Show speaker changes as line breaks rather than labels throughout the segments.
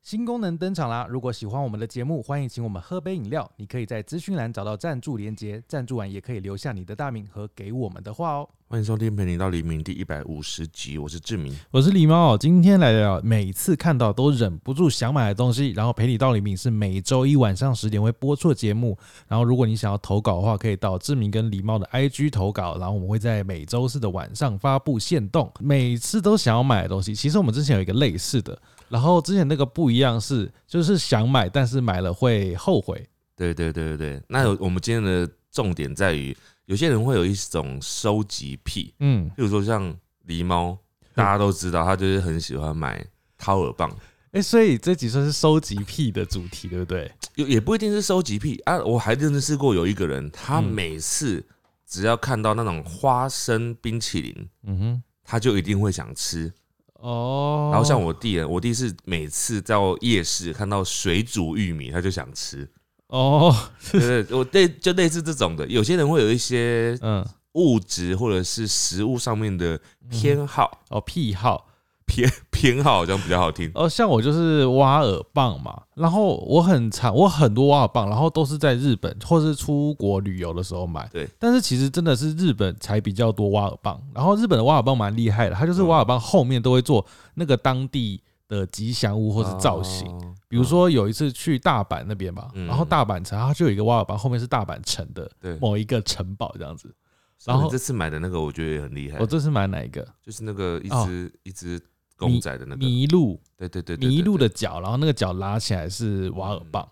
新功能登场啦！如果喜欢我们的节目，欢迎请我们喝杯饮料。你可以在资讯栏找到赞助连结，赞助完也可以留下你的大名和给我们的话哦。
欢迎收听《陪你到黎明》第一百五十集，我是志明。
我是狸猫，今天来聊每次看到都忍不住想买的东西。然后陪你到黎明是每周一晚上十点会播出的节目。然后如果你想要投稿的话，可以到志明跟狸猫的 IG 投稿，然后我们会在每周四的晚上发布限动。每次都想要买的东西，其实我们之前有一个类似的，然后之前那个不一样是就是想买，但是买了会后悔。
对对对对对，那有我们今天的重点在于，有些人会有一种收集癖，
嗯，
譬如说像狸猫，大家都知道，他就是很喜欢买掏耳 棒，
哎、所以这集算是收集癖的主题，对不对？
也也不一定是收集癖啊。我还认识过有一个人，他
嗯
每次只要看到那种花生冰淇淋，
嗯哼，
他就一定会想吃。
哦，
然后像我弟，我弟是每次到夜市看到水煮玉米，他就想吃。
哦，
对对，我类就类似这种的，有些人会有一些
嗯，
物质或者是食物上面的偏好，
哦，癖好。
偏偏好好像比较好听。
哦，像我就是挖耳棒嘛，然后我很常我很多挖耳棒，然后都是在日本或是出国旅游的时候买。
对，
但是其实真的是日本才比较多挖耳棒，然后日本的挖耳棒蛮厉害的，它就是
嗯
挖耳棒后面都会做那个当地的吉祥 物或是造型。
哦
比如，说有一次去大阪那边吧，
嗯
然后大阪城它就有一个挖耳棒，后面是大阪城的
对
某一个城堡这样子。哦然
然
后
后这次买的那个我觉得也很厉害
我，这次买哪一个？
就是那个一
哦
只一只公仔的那个，
麋鹿。
对对对，对
麋鹿，的
对嗯
脚，然后那个脚拉起来是挖耳棒，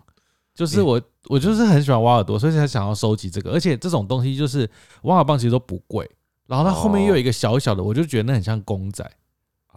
就是
你
我我就是很喜欢挖耳朵，所以才想要收集这个。而且这种东西就是挖耳棒其实都不贵，然后它后面又有一个小小的，我就觉得那很像公仔，
对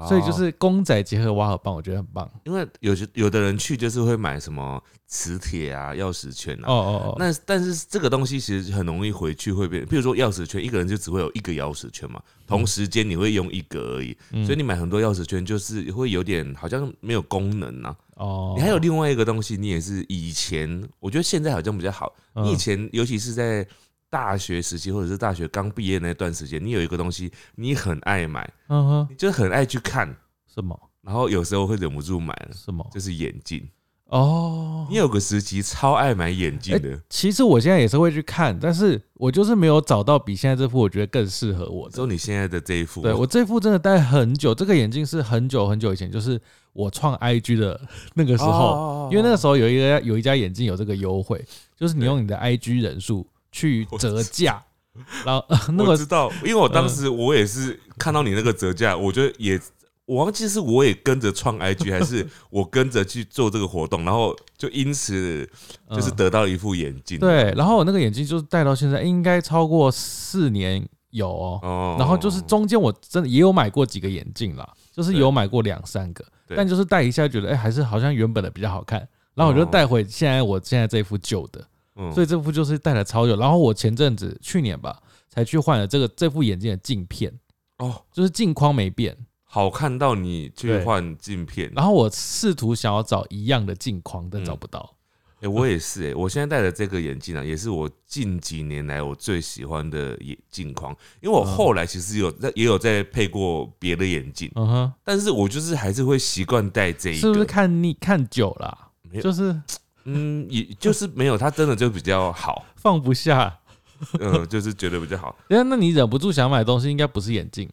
所以就
哦
是公仔结合挖耳棒，我觉得很棒。
因为有些有的人去就是会买什么磁铁啊、钥匙圈
哦
啊。
哦哦，
那但是这个东西其实很容易回去会变，譬如说钥匙圈，一个人就只会有一个钥匙圈嘛，
嗯
同时间你会用一个而已，
那
所以你买很多钥匙圈就是会有点好像没有功能啊。
哦，
你还有另外一个东西，你也是以前，我觉得现在好像比较好。
嗯
你以前尤其是在大学时期或者是大学刚毕业那段时间，你有一个东西你很爱买，
嗯哼
你就很爱去看，
什么
然后有时候会忍不住买了，
什么
就是眼镜。
哦
你。有个时期超爱买眼镜的，
其实我现在也是会去看，但是我就是没有找到比现在这副我觉得更适合我的
只。有你现在的这一副，哦
对我这副真的戴很久，这个眼镜是很久很久以前，就是我创 IG 的 那个时候，
哦
因为那个时候有一个有一家眼镜有这个优惠，就是你用你的 IG 人数去折 价，然后、呃那
我
个
知道，因为我当时我也是看到你那个折价，我觉得也，我忘记是我也跟 着创 IG，还是我跟着去做这个活动，然后就因此就是
嗯
得到一副眼镜。
对，然后我那个眼镜就是戴到现在应该超过四年有哦，
哦
然后就是中间我真的也有买过几个眼镜啦，就是
对
有买过两三个，
对
但就是戴一下觉得哎、还是好像原本的比较好看，然后我就
哦
带回现在我现在这副旧的。
嗯
所以这副就是戴了超久。然后我前阵子去年吧，才去换了这个这副眼镜的镜片，
哦，
就是镜框没变。
好看到你去
对
换镜片，
然后我试图想要找一样的镜框，但找不到。
哎、我也是哎、我现在戴的这个眼镜啊，也是我近几年来我最喜欢的眼镜框，因为我后来其实有在也有在配过别的眼镜，
嗯哼，
但是我就是还是会习惯戴这一个，
是不是看腻看久了啊、
没有
就是
嗯，也就是没有，它真的就比 较好，
放不下？
嗯，就是觉得比较好。
哎那那你忍不住想买的东西，应该不是眼镜。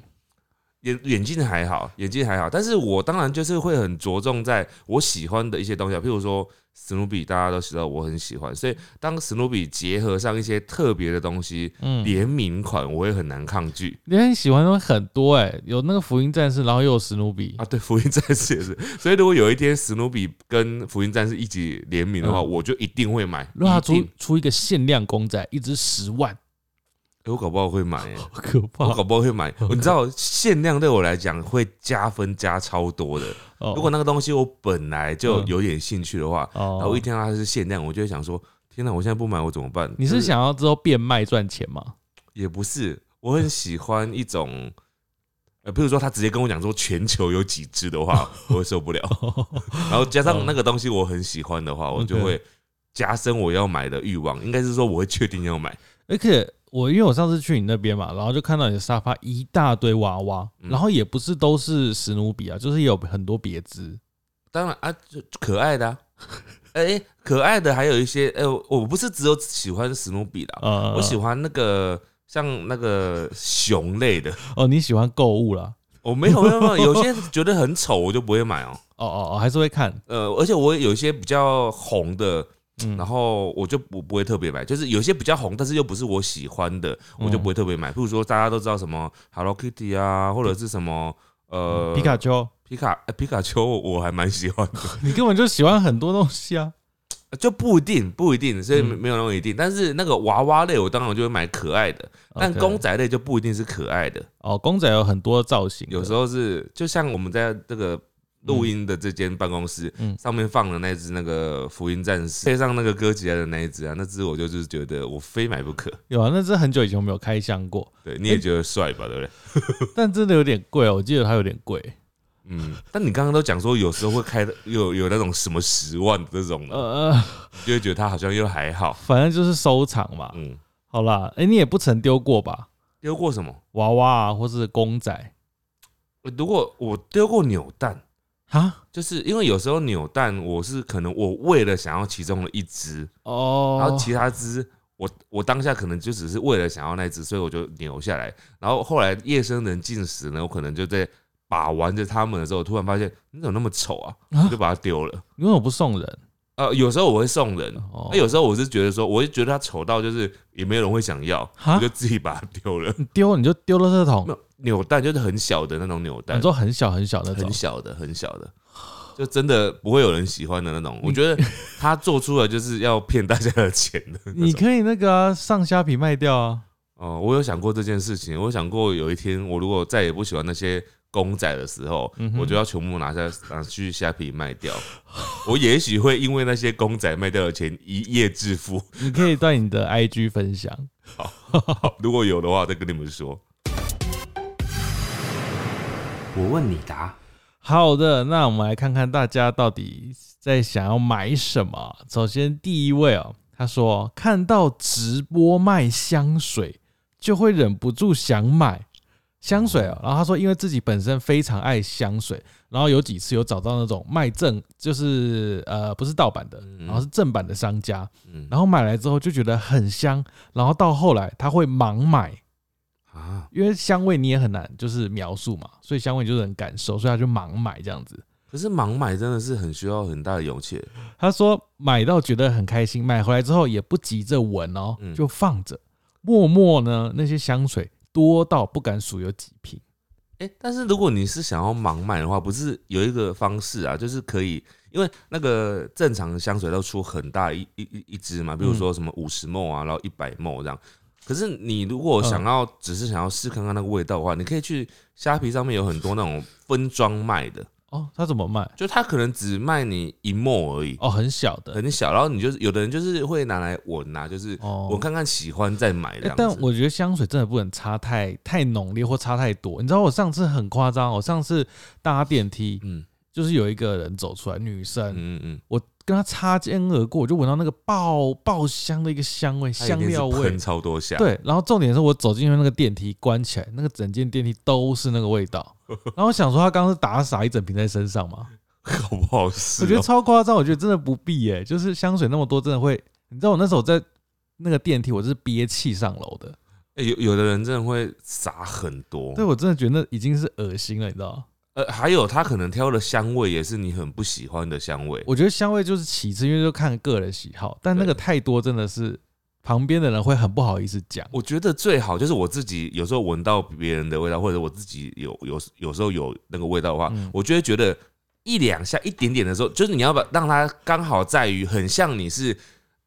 眼眼镜还好，眼镜还好，但是我当然就是会很着重在我喜欢的一些东西啊，譬如说史努比，大家都知道我很喜欢，所以当史努比结合上一些特别的东西，
嗯，
联名款我会很难抗拒
你很喜欢的东西很多哎、有那个福音战士，然后又有史努比
啊。对，福音战士也是，所以如果有一天史努比跟福音战士一起联名的话，
嗯
我就一定会买，
如果他
一
出
定，
出一个限量公仔，一只十万，
欸我搞不好会买、欸
好可
我
怕
搞不好会买，你知道限量对我来讲会加分加超多的。
哦！
如果那个东西我本来就有点兴趣的话，然后
哦
一，听到它是限量，我就会想说：天哪，我现在不买我怎么办？
你
就是
想要之后变卖赚钱 吗？
也不是，我很喜欢一种， 呃，比如说他直接跟我讲说全球有几只的 话，我会受不了。然后加上那个东西我很喜欢的
嗯
话，我就会加深我要买的欲望。应该是说我会确定要买，
而且我因为我上次去你那边嘛，然后就看到你的沙发一大堆娃娃，
嗯
然后也不是都是史努比啊，就是也有很多别只。
当然啊，就可爱的、啊， 哎、可爱的还有一些，哎、我不是只有喜欢史努比啦，
呃，
啊我喜欢那个像那个熊类的，
哦，你喜欢购物啦？
我没有没有没有，有些觉得很丑，我就不会买哦、
哦哦哦，还是会看，
呃，而且我有一些比较红的，
嗯
然后我就不不会特别买，就是有些比较红，但是又不是我喜欢的，我就不会特别
嗯
买。譬如说大家都知道什么 Hello Kitty 啊，或者是什么呃
嗯皮卡丘，
皮卡呃皮卡丘，我还蛮喜欢的，
你根本就喜欢很多东西啊。
就不一定不一定，所以
嗯
没没有那么一定。但是那个娃娃类，我当然就会买可爱的，但
OK
公仔类就不一定是可爱的，
哦，公仔有很多造型的，
有时候是就像我们在这个。录音的这间办公室，
嗯
上面放了那只那个福音战士，配上那个哥吉拉的那一只啊，那只我就是觉得我非买不可。
有啊，那是很久以前我没有开箱 过，
对，你也觉得帅吧，对不对？
但真的有点贵哦，我记得它有点贵。
嗯，但你刚刚都讲说，有时候会开的有有那种什么十万的这种的，
呃，呃
就会觉得他好像又还好。
反正就是收藏嘛。
嗯，
好啦，哎、你也不曾丢过吧？
丢过什么？
娃娃啊，或是公仔
如果我丢过扭蛋，
啊？
就是因为有时候扭蛋，我是可能我为了想要其中的一只，
哦，
然后其他只。我我当下可能就只是为了想要那只，所以我就扭下来。然后后来夜深人静时呢，我可能就在把玩着它们的时候，突然发现你怎么那么丑啊，我就把它丢了。
你为什么不送人？
呃，有时候我会送人，
哦
那，有时候我是觉得说，我就觉得它丑到就是也没有人会想要，
哈
我就自己把它丢了。
你丢你就丢垃圾桶
没，有扭蛋就是很小的那种扭
你
蛋，
说很小很小那种
很，小的很小的，就真的不会有人喜欢的那
嗯
种。我觉得他做出来就是要骗大家的钱的 那
你
种。
可以那个啊、上虾皮卖掉啊。
哦，我有想过这件事情，我有想过有一天我如果再也不喜欢那些公仔的时候，
嗯哼
我就要全部拿下拿去虾皮卖掉。 我也许会因为那些公仔卖掉的钱一夜 致富。
你可以在你 的 IG 分享。
好，如果有的话再跟你们说。
我问你答。
好的，那我们来看看大家到底在想要买什么。首先第一位哦，他说看到直播卖香水，就会忍不住想买香水哦。然后他说，因为自己本身非常爱香水，然后有几次有找到那种卖正，就是呃不是盗版的，
嗯
然后是正版的商家，
嗯，
然后买来之后就觉得很香，然后到后来他会盲买。
啊，
因为香味你也很难就是描述嘛，所以香味就是很感受，所以他就盲买这样子。
可是盲买真的是很需要很大的勇气。
他说买到觉得很开心，买回来之后也不急着闻哦
嗯，
就放着，默默呢那些香水多到不敢数有几瓶。
哎、但是如果你是想要盲买的话，不是有一个方式啊，就是可以，因为那个正常的香水都出很大一一一一支嘛，
嗯
比如说什么五十 ml 啊，然后一百 ml 这样。可是你如果
嗯
想要、只是想要试看看那个味道的话，你可以去虾皮上面有很多那种分装卖的，
哦，他怎么卖？
就它可能只卖你一 ml 而已，
哦，很小的。
很小。然后你就是有的人就是会拿来闻啊，就是
哦
闻看看喜欢再买这
欸
样子。
但我觉得香水真的不能差太太浓烈或差太多。你知道我上次很夸张，我上次搭电梯，
嗯
就是有一个人走出来，女生，
嗯嗯嗯，
我跟他擦肩而过，我就闻到那个爆爆香的一个香味，
它
香
一定是
料味
喷，超多下，，
对，然后重点是我走进去那个电梯关起来，那个整间电梯都是那个味道。 然后我想说他刚刚是打洒一整瓶在身上嘛，
好不好试、
我觉得超夸张，我觉得真的不必耶、就是香水那么多，真的会。你知道我那时候在那个电梯，我是憋气上楼的，
欸有有的人真的会撒很多，
对我真的觉得那已经是恶心了，你知道吗？
呃，还有他可能挑的香味也是你很不喜欢的香味，
我觉得香味就是其次，因为就看个人喜好，但那个
对
太多真的是旁边的人会很不好意思讲。
我觉得最好就是我自己有时候闻到别人的味道，或者我自己有有有时候有那个味道的话，
嗯
我就会觉得一两下一点点的时候，就是你要把让它刚好在于很像你是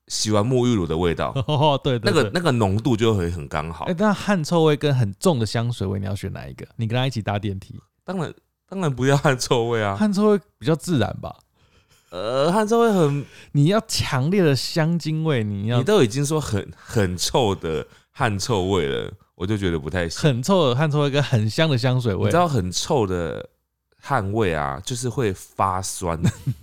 洗完沐浴乳的味道，
哦对对
那个
对。
那个浓度就会很刚好
哎、。那汗臭味跟很重的香水味，你要选哪一个？你跟他一起搭电梯，
当然当然不要 汗臭味啊，
汗臭味比较自然吧？
呃，汗臭味很
你要强烈的香精味，你要
你都已经说很很臭的汗臭味了，我就觉得不太行。
很臭的汗臭味跟很香的香水
你
味
知，道很臭的汗味啊，就是会发 酸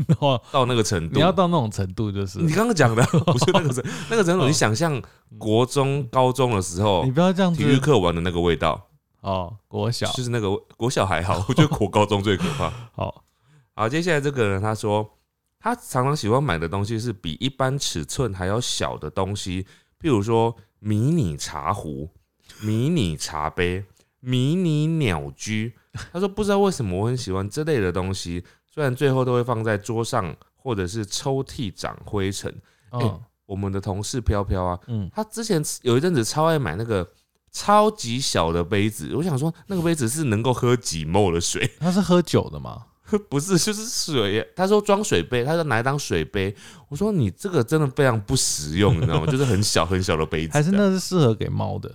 然后
到那个程度
你。要到那种程度，就是
你刚 刚讲的不是那个程度那个程度，你想象国中、高中的时候
哦你不要这样
体育
子
课玩的那个味道，
哦。国小哦
就是那个国小还好，我觉得国高中最可怕。
好，
好，接下来这个人他说，他常常喜欢买的东西是比一般尺寸还要小的东西，譬如说迷你茶壶、迷你茶杯、迷你鸟居。他说不知道为什么我很喜欢这类的东西，虽然最后都会放在桌上或者是抽屉长灰尘。
哦，
我们的同事飘飘啊，
嗯，
他之前有一阵子超爱买那个超级小的杯子，我想说那个杯子是能够喝几沫的水，
他是喝酒的嘛？
不是就是水耶。他说装水杯，他说拿来当水杯。我说你这个真的非常不实用，你知道吗？就是很小很小的杯子，啊
还是那是适合给猫的？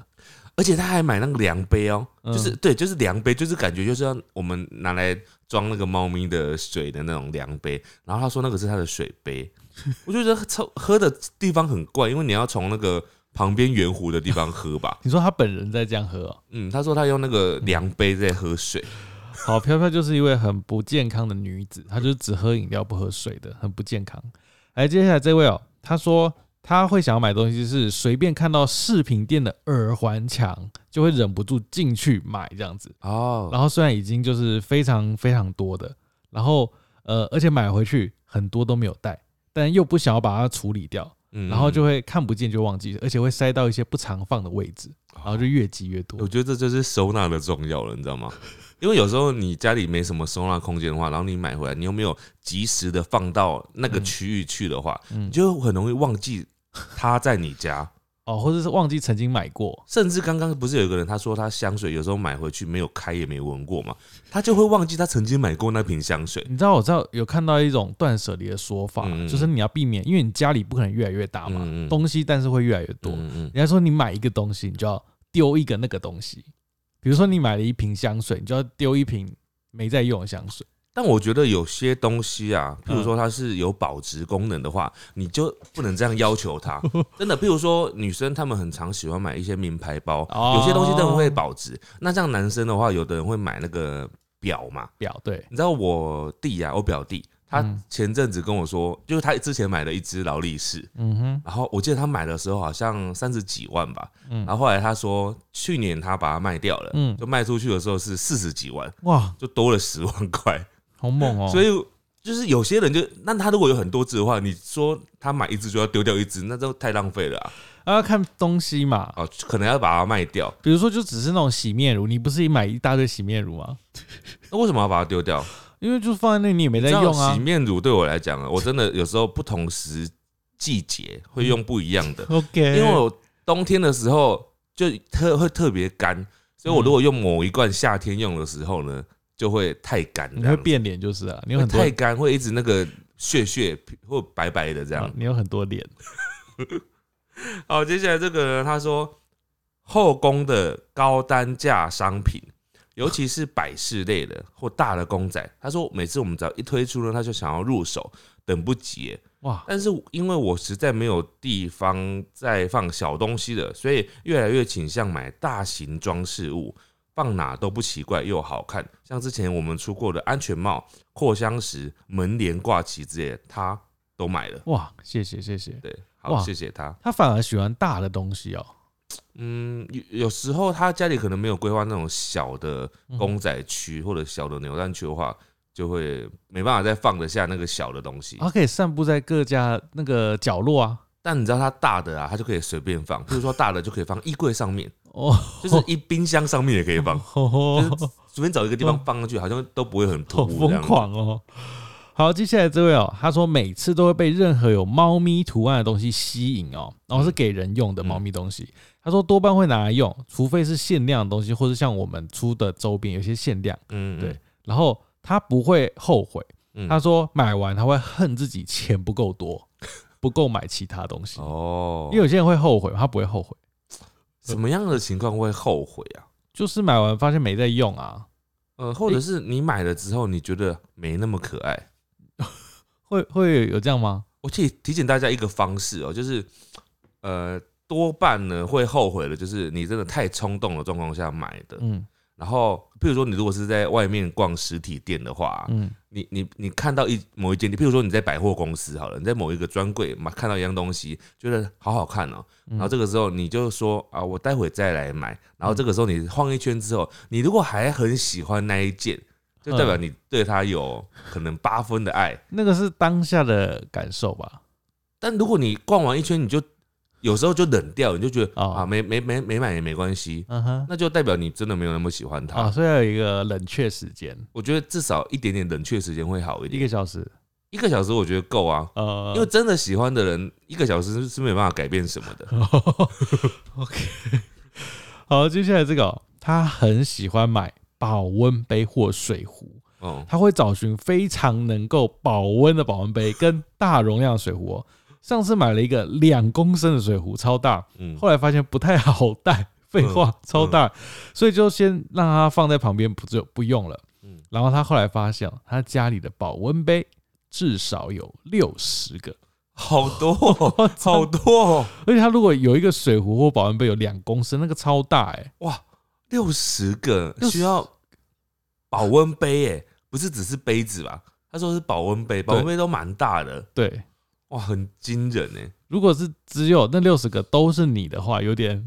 而且他还买那个量杯哦、
嗯
就是对，就是量杯，就是感觉就是要我们拿来装那个猫咪的水的那种量杯。然后他说那个是他的水杯，我就觉得超喝的地方很怪，因为你要从那个旁边圆弧的地方喝吧。
你说他本人在这样喝、哦，
嗯，他说他用那个量杯在喝水，
好，飘飘就是一位很不健康的女子，她就是只喝饮料不喝水的，很不健康。来，接下来这位哦，她说她会想要买东西是随便看到饰品店的耳环墙，就会忍不住进去买这样子。
哦
然后虽然已经就是非常非常多的，然后呃，而且买回去很多都没有带，但又不想要把它处理掉，
嗯
然后就会看不见就忘记，而且会塞到一些不常放的位置，然后就越积越多
我。觉得这就是收纳的重要了，你知道吗？ 因为有时候你家里没什么收纳空间的话，然后你买回来，你又没有及时的放到那个区域去的话，
嗯
你就很容易忘记它在你家。
哦，或者是忘记曾经买过，
甚至刚刚不是有一个人他说他香水有时候买回去没有开也没闻过嘛，他就会忘记他曾经买过那瓶香水。
你知道，我知道有看到一种断舍离的说法，
嗯
就是你要避免，因为你家里不可能越来越大嘛，
嗯嗯
东西但是会越来越多。
嗯嗯，
人家说你买一个东西，你就要丢一个那个东西，比如说你买了一瓶香水，你就要丢一瓶没在用的香水。
但我觉得有些东西啊，譬
嗯
如说它是有保值功能的话，你就不能这样要求它。真的，譬如说女生她们很常喜欢买一些名牌包，
哦
有些东西真的会保值。那像男生的话，有的人会买那个表嘛。
表对，
你知道我弟呀、啊，我表弟，他
嗯
前阵子跟我说，就是他之前买了一只劳力士，
嗯哼，
然后我记得他买的时候好像三十几万吧，
嗯
然后后来他说去年他把它卖掉了，
嗯
就卖出去的时候是四十几万，
哇，
就多了十万块。
好猛哦！
所以就是有些人就，那他如果有很多只的话，你说他买一只就要丢掉一只，那就太浪费了啊！
啊要看东西嘛，
啊，可能要把它卖掉。
比如说就只是那种洗面乳，你不是买一大堆洗面乳吗？
那为什么要把它丢掉？
因为就放在那里你也没在用
你知道
啊
洗。面乳对我来讲啊，我真的有时候不同时季节会用不一样的，
OK，
因为我冬天的时候就特会特别干，所以我如果用某一罐夏天用的时候呢，就会太干这
你会
样子，
变脸就是了，你有
会
很多
太干，会一直那个屑屑或白白的这样
啊。你有很多脸。
好，接下来这个人他说，后宫的高单价商品，尤其是百事类的 或大的公仔，他说每次我们只要一推出呢，他就想要入手，等不及耶。
哇，
但是因为我实在没有地方再放小东西了，所以越来越倾向买大型装饰物。放哪都不奇怪又好看，像之前我们出过的安全帽、扩香石、门帘挂旗之类的，他都买了。
哇，谢谢谢谢。
对，
哇
好，谢谢他。
他反而喜欢大的东西哦。
嗯，有有时候他家里可能没有规划那种小的
嗯
公仔区或者小的扭蛋区的话，就会没办法再放得下那个小的东西。
他可以散布在各家那个角落啊。
但你知道它大的啊，它就可以随便放，比如说大的就可以放衣柜上面，
哦，
就是一冰箱上面也可以放，就是
好
随便找一个地方放上去，好像都不会很突兀这
哦疯
样子。
狂哦。好，接下来这位哦，他说每次都会被任何有猫咪图案的东西吸引哦，然后是给人用
嗯
的猫咪东西。他说多半会拿来用，除非是限量的东西，或是像我们出的周边有些限量。
嗯，嗯
对，然后他不会后悔，
嗯
他说买完他会恨自己钱不够多，不够买其他东西。
哦
因为，有些人会后悔，他不会后悔，
什么样的情况会后悔啊？
就是买完发现没在用啊，
呃，或者是你买了之后你觉得没那么可爱，
会会有这样吗？
我提提醒大家一个方式哦，就是呃，多半呢会后悔的，就是你真的太冲动的状况下买的。
嗯
然后，譬如说你如果是在外面逛实体店的话，
嗯，
你你你看到一某一间店，譬如说你在百货公司好了，你在某一个专柜嘛看到一样东西，觉得好好看哦，
嗯嗯
然后这个时候你就说啊，我待会再来买。然后这个时候你晃一圈之后，你如果还很喜欢那一件，就代表
嗯
你对他有可能八分的爱。
那个是当下的感受吧？
但如果你逛完一圈，你就有时候就冷掉，你就觉得、
哦
啊，没没没没买也没关系，
嗯哼，
那就代表你真的没有那么喜欢他。
啊，所以要有一个冷却时间，
我觉得至少一点点冷却时间会好一
一
点，
个小时，
一个小时我觉得够啊。
呃，
因为真的喜欢的人，一个小时是没办法改变什么的。
OK，好，接下来这个哦、他很喜欢买保温杯或水壶，
哦，
他会找寻非常能够保温的保温杯跟大容量的水壶、哦。上次买了一个两公升的水壶，超大，
嗯，
后来发现不太好带，废话，超大，所以就先让它放在旁边，不就不用了
嗯。
然后他后来发现哦，他家里的保温杯至少有六十 个，
好多哦好多哦，
而且他如果有一个水壶或保温杯有两公升，那个超大哎、
哇，六十个
60
需要保温杯诶，不是只是杯子吧？他说是保温杯，保温杯都蛮大的，
对，
哇，很惊人诶。
如果是只有那六十个都是你的话，有点；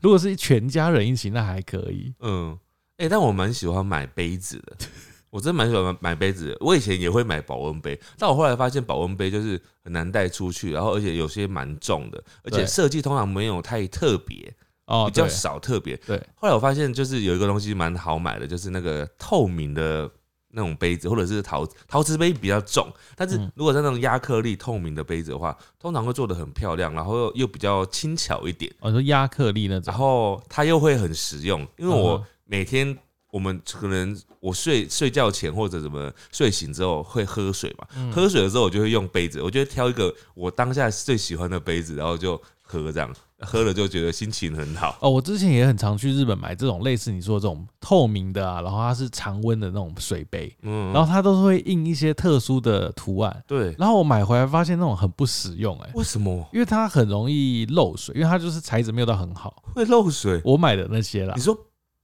如果是全家人一起，那还可以。
嗯，哎、但我蛮喜欢买杯子的， 我真的蛮喜欢买买杯子的。我以前也会买保温杯，但我后来发现保温杯就是很难带出去，然后而且有些蛮重的，而且
对
设计通常没有太特别，
哦
比，较少特别。
对对，
后来我发现就是有一个东西蛮好买的，就是那个透明的。那种杯子或者是陶陶瓷杯比较重，但是
嗯
如果是那种亚克力透明的杯子的话，通常会做的很漂亮，然后又比较轻巧一点。
我、哦、你说亚克力那种
然，后它又会很实用，因
嗯
为我每天我们可能我睡睡觉前或者什么睡醒之后会喝水嘛，
嗯
喝水的时候我就会用杯子，我就会挑一个我当下最喜欢的杯子，然后就喝这样，喝了就觉得心情很好。
哦，我之前也很常去日本买这种类似你说的这种透明的啊，然后它是常温的那种水杯，
嗯，
然后它都是会印一些特殊的图案，
对，
然后我买回来发现那种很不实用哎、
为什么
因为它很容易漏水，因为它就是材质没有到很好。
会漏水？
我买的那些啦
你，说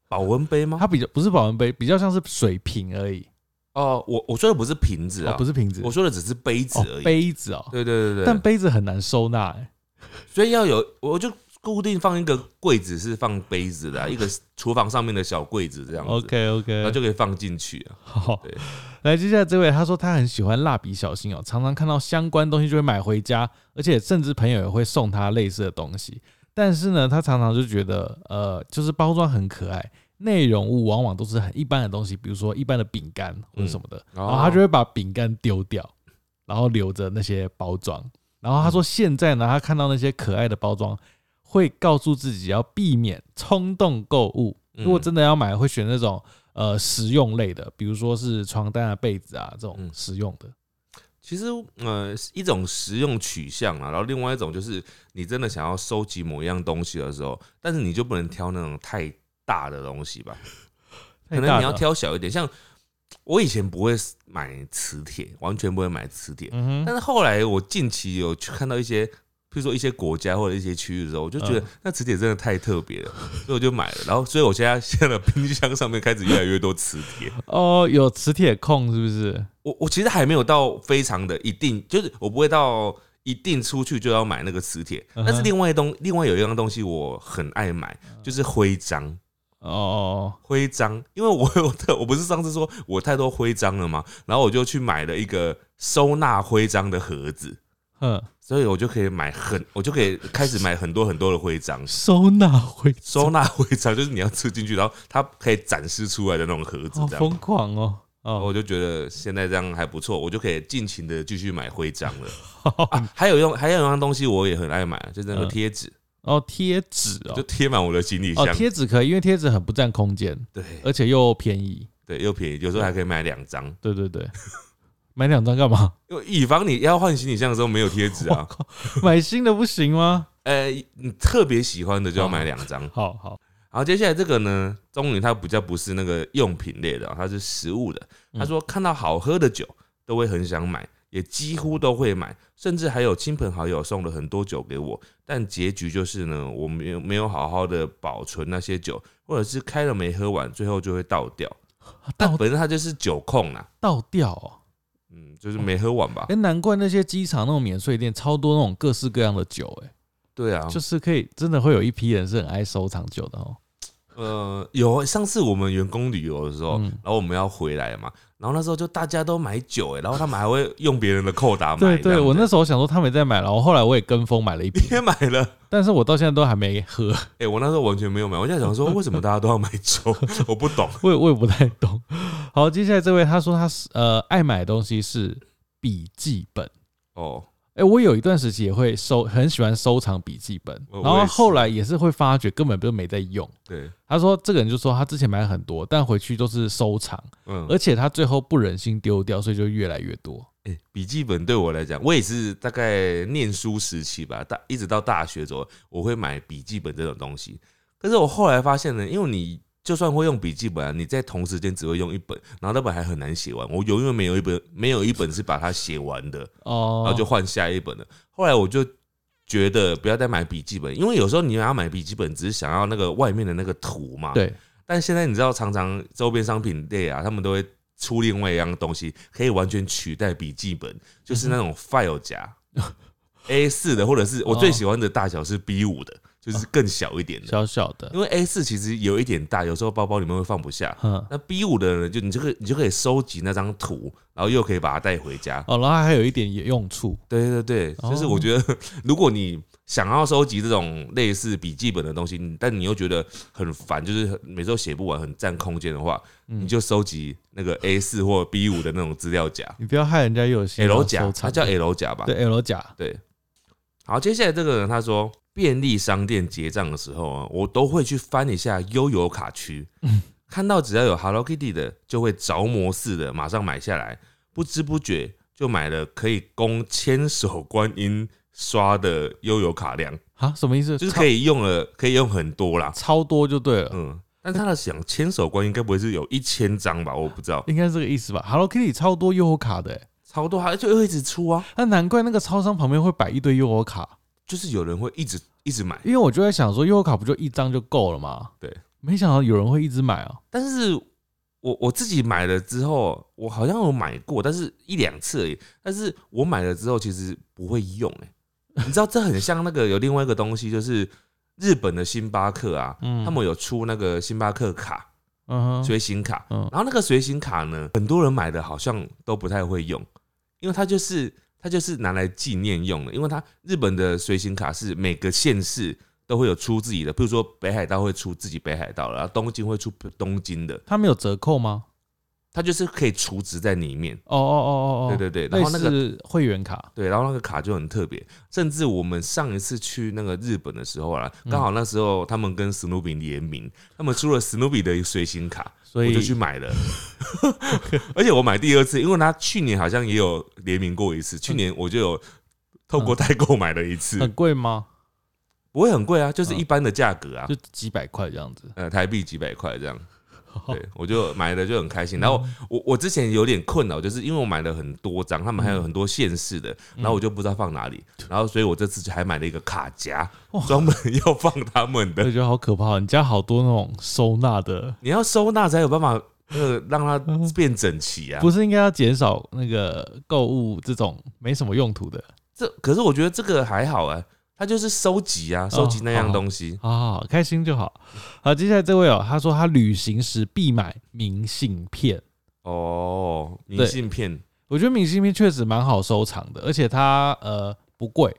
保温杯吗
它？比较不是保温杯，比较像是水瓶而已，
哦，我我说的不是瓶子
哦
啊，
不是瓶子，
我说的只是杯子
哦
而已。
杯子哦，
对对对对，
但杯子很难收纳、欸，
所以要有，我就固定放一个柜子是放杯子的啊、一个厨房上面的小柜子这样子
嗯 OK
然后
OK，
就可以放进去啊。
好
对。
来，接下来这位他说他很喜欢蜡笔小新哦，常常看到相关东西就会买回家，而且甚至朋友也会送他类似的东西。但是呢，他常常就觉得，呃，就是包装很可爱，内容物往往都是很一般的东西，比如说一般的饼干或者什么的，
嗯哦
然哦后他就会把饼干丢掉，然后留着那些包装。然后他说，现在呢，他看到那些可爱的包装，会告诉自己要避免冲动购物。如果
嗯
真的要买，会选那种呃实用类的，比如说是床单啊、被子啊这种
嗯
实用的。
其实呃，一种实用取向啊，然后另外一种就是你真的想要收集某一样东西的时候，但是你就不能挑那种太大的东西吧？
太
可
大
能你要
了，
挑小一点，像。我以前不会买磁铁，完全不会买磁铁。
嗯
但
哼，
是后来我近期有去看到一些，譬如说一些国家或者一些区域的时候，我就觉得
嗯
那磁铁真的太特别了， 所以我就买了。然后，所以我现在现在的冰箱上面开始越来越多磁铁。
哦，有磁铁控是不是？
我我其实还没有到非常的一定，就是我不会到一定出去就要买那个磁铁。
嗯哼嗯
但是另外一东，另外有一样东西我很爱买，就是徽章。
哦哦
徽章，因为我有特，我不是上次说我太多徽章了吗？然后我就去买了一个收纳徽章的盒子。
哦，哼，
所以我就可以买很，我就可以开始买很多很多的徽章，
收纳回
收纳徽章就是你要吃进去，然后它可以展示出来的那种盒子
好
这样。
疯狂哦。
然后
哦，
我就觉得现在这样还不错，我就可以尽情的继续买徽章了。
哦
啊， 还有用，还有一样东西我也很爱买，就是那个
嗯
贴纸，
哦，贴纸哦
就，贴满我的行李箱
哦，。贴纸可以，因为贴纸很不占空间，
对
而且又便宜。
对，又便宜，有时候还可以买两张，
对对 对，买两张干嘛？
因为以防你要换行李箱的时候没有贴纸啊。
买新的不行吗？
呃，你特别喜欢的就要买两张。
好好，
好，接下来这个呢，终于它比较不是那个用品类的哦，它是食物的。
嗯
他说看到好喝的酒都会很想买，也几乎都会买，甚至还有亲朋好友送了很多酒给我，但结局就是呢，我没有没有好好的保存那些酒，或者是开了没喝完，最后就会倒掉。但
啊倒
本身他就是酒控啦，
倒掉哦。
嗯，就是没喝完吧
哎、？难怪那些机场那种免税店超多那种各式各样的酒、欸，
对啊，
就是可以真的会有一批人是很爱收藏酒的哦。
呃，有上次我们员工旅游的时候，
嗯
然后我们要回来嘛，然后那时候就大家都买酒、欸，然后他们还会用别人的扣打买这
对
样子，
对，我那时候想说他们也在买，然后后来我也 跟风买了一
你
瓶，
也买了，
但是我到现在都还没喝，
哎、我那时候完全没有买，我在想说为 什么大家都要买酒， 我不懂。
我也我也不太懂。 好，接下来这位他说他是呃爱买的东西是笔记本。
哦，
哎、我有一段时期也会收，很喜欢收藏笔记本，
我
然
我
后
也是
后来也是会发觉根本就没在用。
对，
他说这个人就说他之前买了很多，但回去都是收藏，
嗯，
而且他最后不忍心丢掉，所以就越来越多。
欸笔记本对我来讲，我也是大概念书时期吧，大一直到大学左右，我会买笔记本这种东西。但是我后来发现呢，因为你就算会用笔记本、啊，你在同时间只会用一本，然后那本还很难写完。我永远没有一本，没有一本是把它写完的，
哦，
然后就换下一本了。后来我就觉得不要再买笔记本，因为有时候你要买笔记本，只是想要那个外面的那个图嘛。。
对，
但现在你知道，常常周边商品类啊，他们都会出另外一样东西，可以完全取代笔记本，
嗯
就是那种 file 夹、A 四的，或者是我最喜欢的大小是 B 五的，就是更小一点的。
哦小小的，
因为 A 四其实有一点大，有时候包包里面会放不下。
嗯，
那 B 五的呢，就你就可以你就可以收集那张图，然后又可以把它带回家。
哦，然后还有一点用处，
对对对，
哦
就是我觉得， 如果你想要收集这种类似笔记本的东西，你但你又觉得很烦，就是每周写不完，很占空间的话，
嗯
你就收集那个 A 四或 B 五的那种资料 夹
你不要害人家又有心要
，L
收
夹，它
藏
叫 L 夹吧？
对 L 甲，
对。好，接下来这个人他说，便利商店结账的时候啊，我都会去翻一下悠游卡区，看到只要有 Hello Kitty 的，就会着魔似的马上买下来，不知不觉就买了可以供千手观音刷的悠游卡量，
啊，什么意思？
就是
超
可以用了，可以用很多啦。
超多就对了，
嗯，但是他的想千手观音该不会是有一千张吧？我不知道，
应该是这个意思吧？Hello Kitty 超多优活卡的、欸，
超多，他就会一直出啊，
那难怪那个超商旁边会摆一堆优活卡，
就是有人会一直一直买。
因为我就在想说优活卡不就一张就够了吗？
对，
没想到有人会一直买哦、
但是我我自己买了之后，我好像有买过，但是一两次而已。但是我买了之后，其实不会用、欸，你知道这很像那个有另外一个东西，就是日本的星巴克啊，
嗯
他们有出那个星巴克卡、
嗯哼，
随行卡，
嗯
然后那个随行卡呢，很多人买的好像都不太会用，因为它就是它就是拿来纪念用的，因为它日本的随行卡是每个县市。都会有出自己的，比如说北海道会出自己北海道的，然后东京会出东京的，
他们有折扣吗？
它就是可以储值在里面。
哦哦哦哦哦，
对对对，然
类
后那个
似会员卡，
对，然后那个卡就很特别。甚至我们上一次去那个日本的时候啊，
嗯
刚好那时候他们跟史努比联名，他们出了史努比的随行卡，
所
我
以
就 去买了。而且我买第二次，因为他去年好像也有联名过一次，去
嗯
年我就有透过代购买了一次，
很贵吗？
不会很贵啊，
嗯
就是一般的价格啊
就，几百块这样子。
呃，台币几百块 这样。对，我就买了就很开心。然后
嗯
我我之前有点困扰，就是因为我买了很多张，他
嗯
们还有很多县市的，然后我就不知道放哪里，然后所以我这次就还买了一个卡夹，专门 要放他们
我
的。
觉得好可怕，你家好多那种收纳的，
你要收纳才有办法，呃，让它变整齐啊。
嗯不是应该要减少那个购物这种没什么用途的
这可是我觉得这个还好啊，它就是收集啊，
哦
收集那样东西。
啊、开心就好。好，接下来这位哦，他说他旅行时必买明信片，
哦，明
对
信片，
我觉得明信片确实蛮好收藏的，而且它呃不贵，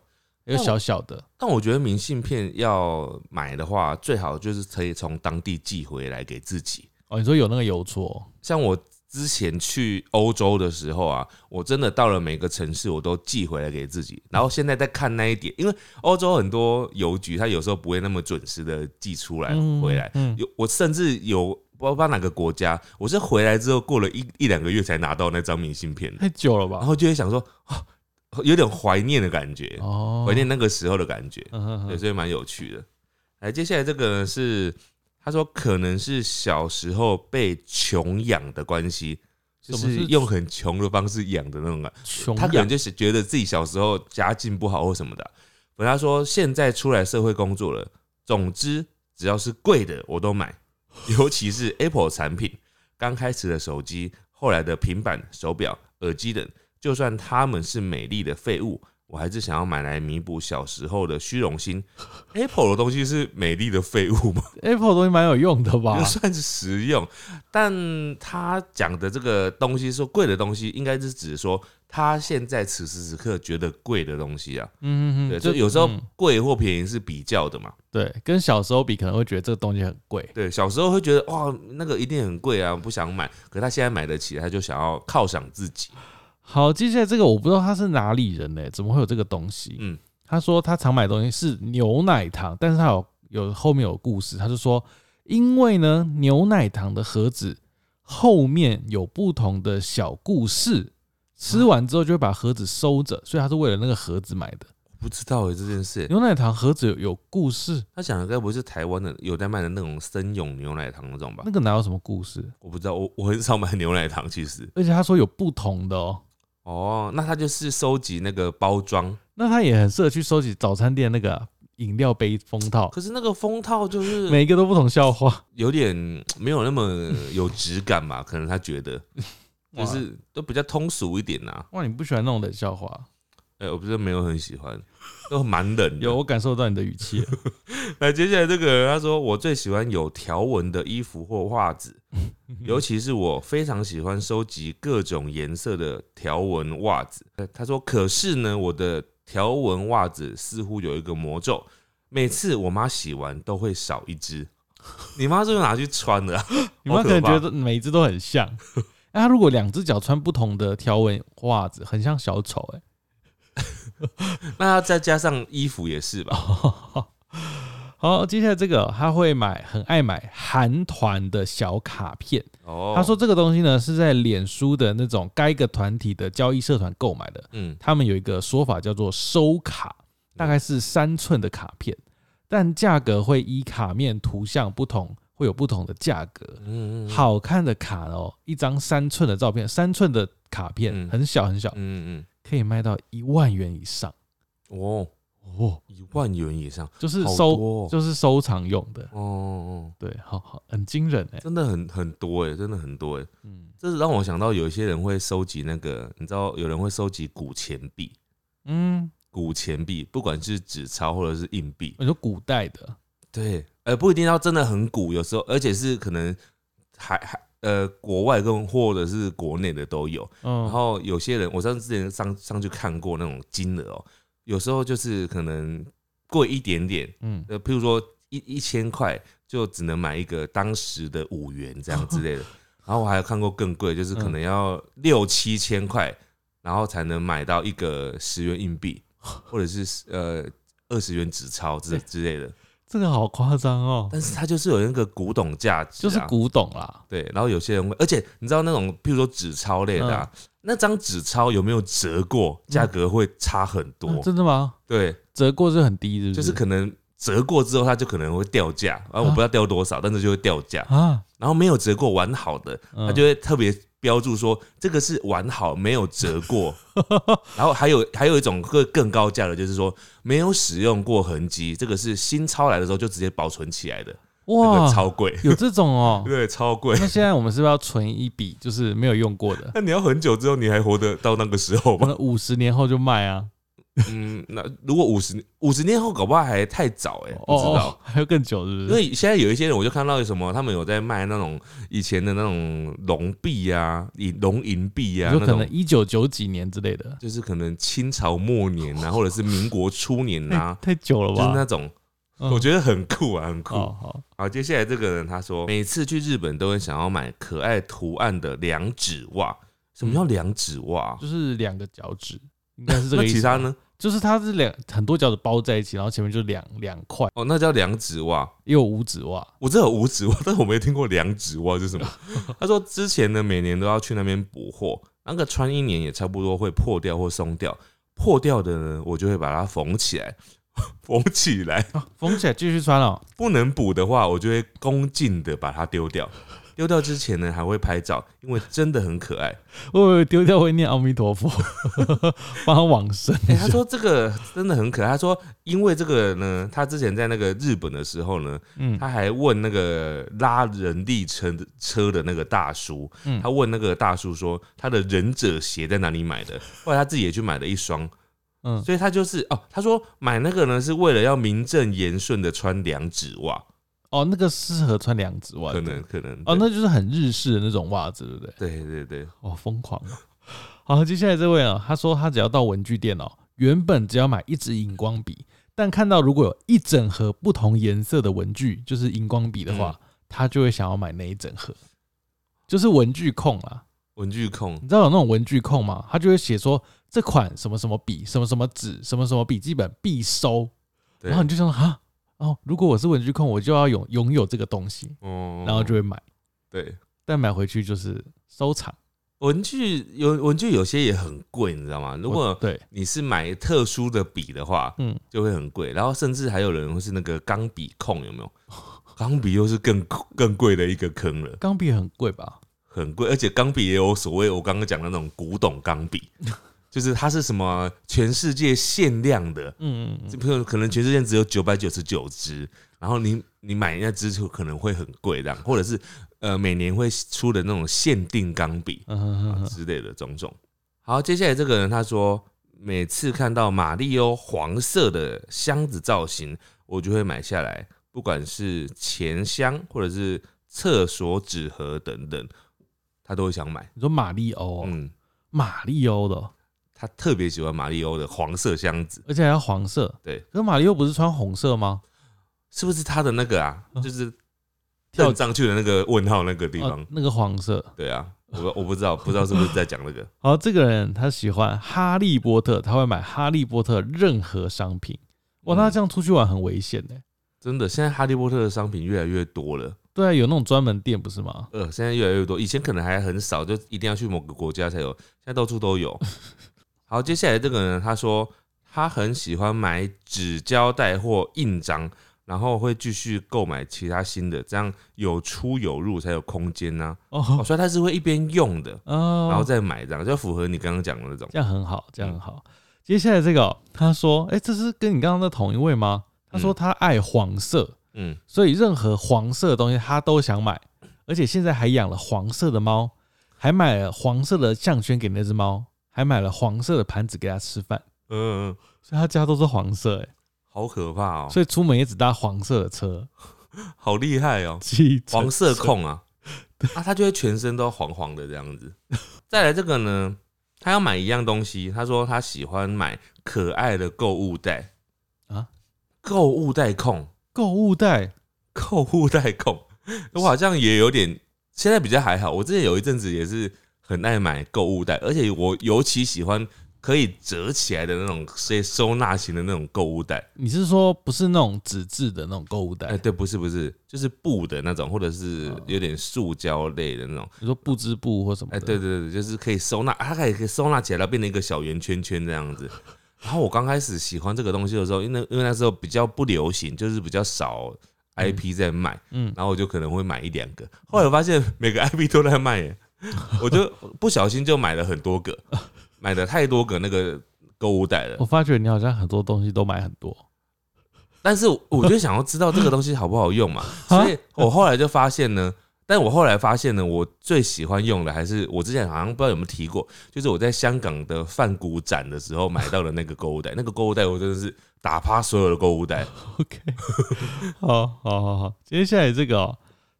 有
但我
小小的，
但我觉得明信片要买的话，最好就是可以从当地寄回来给自己。
哦，你说有那个邮戳，
像我之前去欧洲的时候啊，我真的到了每个城市，我都寄回来给自己。然后现在在看那一点，因为欧洲很多邮局，它有时候不会那么准时的寄出来
嗯
回来。
嗯
有我甚至有不知道哪个国家，我是回来之后过了一一两个月才拿到那张明信片的，
太久了
然
吧？
后就会想说啊，有点怀念的感觉，
哦，
怀念那个时候的感觉。
嗯哼
对，
哼，
所以蛮有趣的。来，接下来这个呢是他说可能是小时候被穷养的关系，就
什么
是
是
用很穷的方式养的那种啊感
穷
他可
养
能就是觉得自己小时候家境不好或什么的。本来他说现在出来社会工作了，总之只要是贵的我都买， 尤其是 Apple 产品，刚开始的手机，后来的平板、手表、耳机等，就算他们是美丽的废物，我我还是想要买来弥补小时候的虚荣心。Apple 的东西是美丽的废物吗？
Apple 的东西蛮有用的吧
就？算是实用，但他讲的这个东西说贵的东西，应该是指说他现在此时此刻觉得贵的东西啊。
嗯嗯
对，
嗯，
就有时候
嗯
贵或便宜是比较的嘛。
对，跟小时候比可能会觉得这个东西很贵。
对，小时候会觉得哇，那个一定很贵啊，不想买。可他现在买得起，他就想要犒赏自己。
好，接下来这个我不知道他是哪里人呢、欸怎么会有这个东西？
嗯
他说他常买的东西是牛奶糖，但是他有有后面有故事，他就说，因为呢牛奶糖的盒子后面有不同的小故事，吃完之后就会把盒子收着，所以他是为了那个盒子买的。
不知道哎、这件事，
牛奶糖盒子有有故事，
他讲的该不会是台湾的有在卖的那种生永牛奶糖那种吧
那？个哪有什么故事？
我不知道，我我很少买牛奶糖，其实。
而且他说有不同的哦、
哦，那他就是收集那个包装，
那他也很适合去收集早餐店那个啊饮料杯封套，
可是那个封套就是
每一个都不同笑话。
有点嗯没有那么有质感嘛，可能他觉得就是都比较通俗一点呐、
哇，你不喜欢那种冷笑话？
哎、我不是没有很喜欢，都蛮冷的。
有，我感受到你的语气了。
那接下来这个人他说，我最喜欢有条纹的衣服或袜子，尤其是我非常喜欢收集各种颜色的条纹袜子。呃他说，可是呢，我的条纹袜子似乎有一个魔咒，每次我妈洗完都会少一只。你妈是不是拿去穿的、啊？
你们
好
可
可
能
怕
觉得每一只都很 像。那他如果两只脚穿不同的条纹袜子，很像小丑哎、
那再加上衣服也是吧？
好，接下来这个他会买，很爱买韩团的小卡片。
哦，
他说这个东西呢是在脸书的那种该个团体的交易社团购买的，
嗯，
他们有一个说法叫做收卡，大概是三寸的卡片，但价格会依卡面图像不同，会有不同的价格。
嗯，嗯，
好看的卡哦，一张三寸的照片，三寸的卡片
嗯
很小很小，
嗯嗯
可以卖到一万元以上
嗯，哦，
哦，
一万元以上，
就是
好
收
多哦
就是收藏用的，
哦哦，
对，好好很惊人哎、
哦真的很很多哎，真的很多哎，
嗯
这是让我想到有一些人会收集那个，你知道有人会收集古钱币，
嗯，
古钱币不管是纸钞或者是硬币，
我说古代的，
对，呃，不一定要真的很古，有时候而且是可能还还呃国外跟或者是国内的都有，然
嗯，
后有些人，我上次之前上上去看过那种金额哦、有时候就是可能贵一点点，
嗯，
呃，譬如说一一千块就只能买一个当时的五元这样之 类的。然后我还有看过更贵，就是
嗯
可能要六七千块，然后才能买到一个十元硬币，或者是呃二十元纸钞之之类的。
这个好夸张哦，
但是啊它就是有那个古董价值、
就
啊，
是古董啦，
对，然后有些人会，而且你知道那种，譬如说纸钞类的、啊，
嗯
那张纸钞有没有折过，价格会差很多。
啊真的吗？
对，
折过是很低，是不
就是是可能折过之后，它就可能会掉价，啊，我不知道掉多少，但是就会掉价。
啊，
然后没有折过完好的，
嗯
它就会特别标注说这个是完好没有折过。 然后还有还有一种会更高价的，就是说没有使用过痕迹，这个是新钞来的时候就直接保存起来的，那个
哇，
超贵，。
有这种哦
对，超贵。
那现在我们是不是要存一笔，就是没有用过 的？
那你要很久之后，你还活得到那个时候
可
吗？
能五十年后就卖啊？
嗯，那如果五十五十年后，搞不好还太早哎、不知道。
哦，还有更久是不
因
是？
为现在有一些人，我就看到有什么，他们有在卖那种以前的那种龙币啊、银龙银币啊，
就
那
可能
种
一九九几年之类的，
就是可能清朝末年 啊，或者是民国初年啊，
太久了
就是那
吧？
种，
嗯
我觉得很酷啊，很酷。
哦好，
好，接下来这个人他说，每次去日本都很想要买可爱图案的两指袜。什么叫两指袜？
嗯就是两个脚趾，应该是这
那
个意
其
思
他
吧。
呢？
就是它是两很多脚趾包在一起，然后前面就两两块，
哦，那叫两指袜。
也有五指袜。
我这有五指 袜，但是我没听过两指袜是什么。 他说之前呢，每年都要去那边补货，那个穿一年也差不多会破掉或松掉，破掉的呢，我就会把它缝起来， 缝起来。
啊缝起来继续穿 哦。
不能补的话，我就会恭敬的把它丢掉。丢掉之前呢，还会拍照，因为真的很可爱。
我以为丢掉会念阿弥陀佛， 帮他往生。
哎、他说这个真的很可爱。他说，因为这个呢，他之前在那个日本的时候呢，
嗯
他还问那个拉人力车的车的那个大叔，
嗯
他问那个大叔说他的忍者鞋在哪里买的，后来他自己也去买了一双，
嗯，
所以他就是哦，他说买那个呢是为了要名正言顺的穿两指袜，
哦，那个适合穿两指袜
可
子，
能可能
哦，那就是很日式的那种袜子，对不对？
对对对，
哦，疯狂啊！好，接下来这位啊，他说他只要到文具店哦，原本只要买一支荧光笔，但看到如果有一整盒不同颜色的文具，就是荧光笔的
嗯
话，他就会想要买那一整盒，就是文具控啦。
文具控
你知道有那种文具控吗？他就会写说这款什么什么笔、什么什么纸、什么什么笔记本必收，
对
然后你就想说啊，哦，如果我是文具控，我就要拥拥有这个东西，
哦
然后就会买，
对
但买回去就是收藏。
文具有文具有些也很贵，你知道吗？如
我
果
对，
你是买特殊的笔的话，
嗯，
就会很贵，然后甚至还有人会是那个钢笔控，有没有？钢笔又是更更贵的一个坑了，
钢笔很贵吧？
很贵，而且钢笔也有所谓我刚刚讲的那种古董钢笔，就是它是什么全世界限量的，
嗯嗯嗯。
这朋友可能全世界只有九百九十九支，然后你你买那支就可能会很贵这样，或者是呃每年会出的那种限定钢笔
嗯哼哼
啊
哼
之类的种种。好，接下来这个人他说，每次看到马里欧黄色的箱子造型，我就会买下来，不管是钱箱或者是厕所纸盒等等，他都会想买。
你说马里欧、哦，
嗯，
马里欧的哦，
他特别喜欢马里欧的黄色箱子，
而且还要黄色。
对
可是马里欧不是穿红色吗？
是不是他的那个啊？
嗯
就是
跳
跳上去的那个问号那个地方
哦，那个黄色。
对啊，我不我不知道，不知道是不是在讲那个。
好，这个人他喜欢哈利波特，他会买哈利波特任何商品。哇，
嗯
那这样出去玩很危险呢。
真的，现在哈利波特的商品越来越多了，
对啊，有那种专门店不是吗？
呃，现在越来越多，以前可能还很少，就一定要去某个国家才有，现在到处 都有。好，接下来这个人他说他很喜欢买纸胶带或印章，然后会继续购买其他新的，这样有出有入才有空间呐、哦，
哦
所以他是会一边用的，
哦，
然后再嗯买这样，就符合你刚刚讲的那种。
这样很好，这样很好。接下来这个哦、他说，哎、这是跟你刚刚的同一位吗？他说
嗯
他爱黄色，
嗯，
所以任何黄色的东西他都想买，而且现在还养了黄色的猫，还买了黄色的项圈给那只猫，还买了黄色的盘子给它吃饭，
嗯，嗯
所以他家都是黄色、欸，
好可怕哦，
所以出门也只搭黄色的车，
好厉害哦。
计程
黄色
车，
控啊，啊，他就会全身都黄黄的这样子。 再来这个呢，他要买一样东西，他说他喜欢买可爱的购物袋
啊
啊，购物袋控，
购物袋，
购物袋控，我好像也有点，现在比较还好。我之前有一阵子也是很爱买购物袋，而且我尤其喜欢可以折起来的那种收收纳型的那种购物袋。
你是说不是那种纸质的那种购物袋？
哎、对，不是不是，就是布的那种，或者是有点塑胶类的那种。
你说布织布或什么
哎，
的？
对对对，就是可以收纳，啊它可以可以收纳起来，然后变成一个小圆圈圈这样子。然后我刚开始喜欢这个东西的时候，因为因为那时候比较不流行，就是比较少 IP 在卖，
嗯
然后我就可能会买一两个。后来我发现每个 IP 都在卖耶，我就不小心就买了很多个，买了太多个那个购物袋
我
了。
发觉你好像很多东西都买很多，
但是我就想要知道这个东西好不好 用嘛，所以我后来就发现呢，但我后来发现呢，我最喜欢用的还是我之前好像不知道有没有提过，就是我在香港的泛谷展的时候买到的那个购物袋，那个购物袋我真的是打趴所有的购物袋，
OK，好，好，好，好。接下来这个、哦，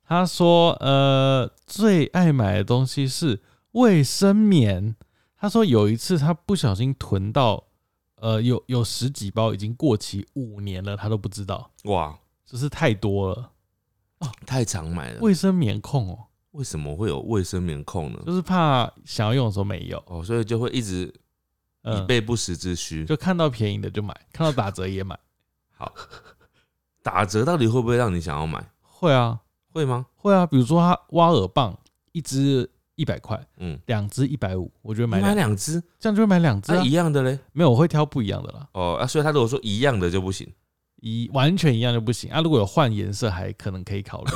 他说，呃，最爱买的东西是卫生棉。他说有一次他不小心囤到，呃，有有十几包已经过期五年了，他都不知道，
哇，
就是太多了。
太常买了。
卫生棉控哦，
为什么会有卫生棉控呢？
就是怕想要用的时候没有，
哦，所以就会一直以
嗯，
备不时之需。
就看到便宜的就买，看到打折也买。
好，打折到底会不会让你想要买？
会啊，
会吗？
会啊，比如说他挖耳棒一支一百块，
嗯，
两支一百五，我觉得买
你买
两，
两只，
这样就会买两支、
那、
啊
一。样的嘞？
没有，我会挑不一样的啦，
哦，啊，所以他如果说一样的就不行。
一完全一样就不行啊。如果有换颜色，还可能可以考虑。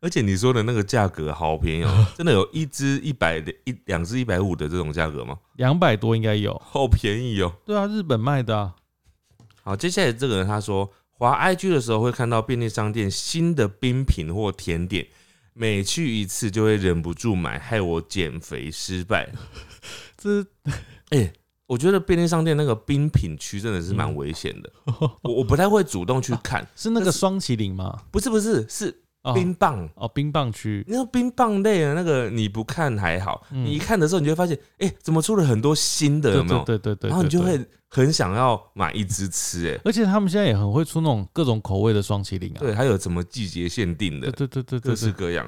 而且你说的那个价格好便宜哦，真的有一只一百的一两只一百五的这种价格吗？
两百多应该有，
好便宜哦。
对啊，日本卖的啊，
好，接下来这个人他说，滑 IG 的时候会看到便利商店新的冰品或甜点，每去一次就会忍不住买，害我减肥失败。
这
哎、我觉得便利商店那个冰品区真的是蛮危险的，我我不太会主动去看，
是那个双麒麟吗？
不是不是是
哦
冰棒，
哦，冰棒区，
那个冰棒类的那个你不看还好，
嗯
你一看的时候你就会发现，哎，怎么出了很多新的，
对
有没
对
有？
对对对，
然后你
对
就
对
会很想要买一只 吃，哎，
而且他们现在也很会出那种各种口味的双麒麟啊。
对，还有什么季节限定的
对，对对对
各
对
式
对。
各样。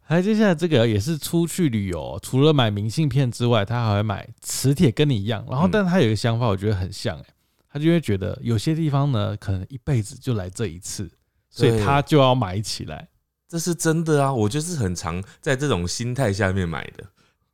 还哎有接下来这个也是出去旅游，除了买明信片之外，他还会买磁铁，跟你一样。然后，
嗯
但他有一个想法，我觉得很像哎、他就会觉得有些地方呢，可能一辈子就来这一次，所以
对
他就要买起来。
这是真的啊！我就是很常在这种心态下面买的。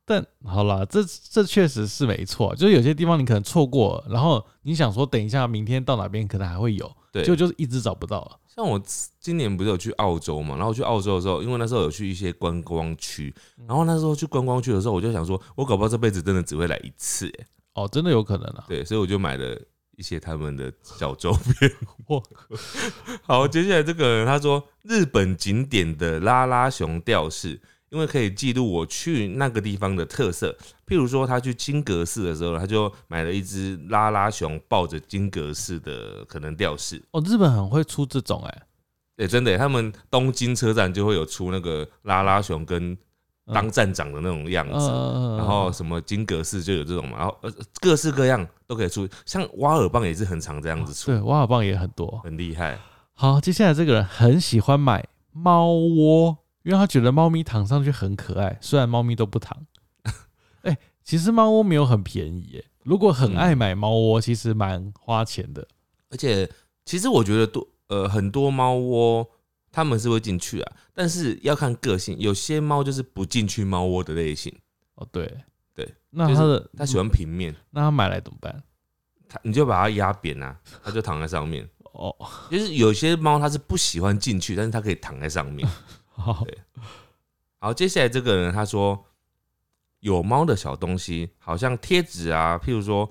但好啦，这这确实是没错，就是有些地方你可能错过了，然后你想说等一下明天到哪边可能还会有，
对，
就就
就
是一直找不到了。
像我今年不是有去澳洲嘛，然后我去澳洲的时候，因为那时候有去一些观光区，
嗯
然后那时候去观光区的时候，我就想说，我搞不好这辈子真的只会来一次、欸，
哦，真的有可能啊！
对，所以我就买了一些他们的小周边。
哇，
好，接下来这个人他说，日本景点的拉拉熊吊饰，因为可以记录我去那个地方的特色。譬如说，他去金阁寺的时候，他就买了一只拉拉熊抱着金阁寺的可能吊饰。
哦，日本很会出这种哎、
对，真的耶，他们东京车站就会有出那个拉拉熊跟当站长的那种样子。
嗯
然后什么金阁寺就有这种嘛，然后呃各式各样都可以出，像挖耳棒也是很常这样子出，
对挖耳棒也很多。
很厉害。
好，接下来这个人很喜欢买猫窝，因为他觉得猫咪躺上去很可爱，虽然猫咪都不 躺。哎、其实猫窝没有很便宜耶、如果很
嗯
爱买猫窝，其实蛮花钱的。
而且其实我觉得多呃很多猫窝它们是会进去啊，但是要看个性，有些猫就是不进去猫窝的类型，
哦，对
对，
那
就是
他的
它喜欢平面，
那他买来怎么办？
它你就把它压扁啊，它就躺在上面。
哦，
就是有些猫它是不喜欢进去，但是它可以躺在上面。
好
对，好，接下来这个人他说，有猫的小东西，好像贴纸啊，譬如说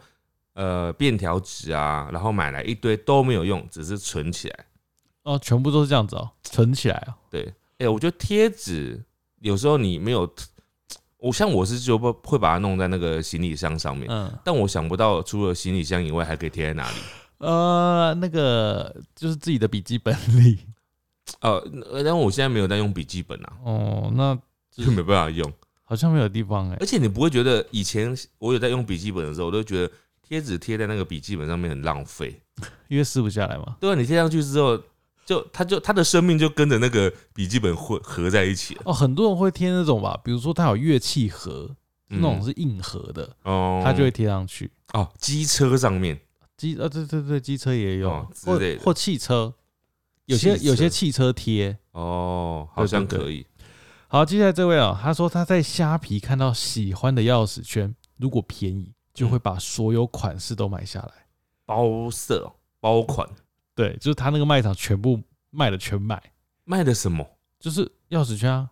呃便条纸啊，然后买来一堆都没有用，只是存起来。
哦，全部都是这样子哦，存起来哦。
哎、我觉得贴纸有时候你没有，我像我是就不会把它弄在那个行李箱上面，
嗯，
但我想不到除了行李箱以外还可以贴在哪里。
呃，那个就是自己的笔记本里。
呃，但我现在没有在用笔记本啊，
哦，那
就没办法用。
好像没有地方哎、
而且你不会觉得以前我有在用笔记本的时候，我都觉得贴纸贴在那个笔记本上面很浪费。
因为撕不下来嘛。
对啊，你贴上去之后，就它就它的生命就跟着那个笔记本混合在一起了。
哦，很多人会贴那种吧，比如说它有乐器盒，
嗯
那种是硬盒的，
哦
它就会贴上去。
哦，机车上面
机啊，对对对，机车也有，
哦之
或
类的
或汽车，有些
汽车
有些汽车贴。
哦，好像
对对对
可以。
好，接下来这位啊、他说他在虾皮看到喜欢的钥匙圈，如果便宜，就会把所有款式都买下来。
包色包款
对，就是他那个卖场全部卖的全买，
卖的什么？
就是钥匙圈 啊，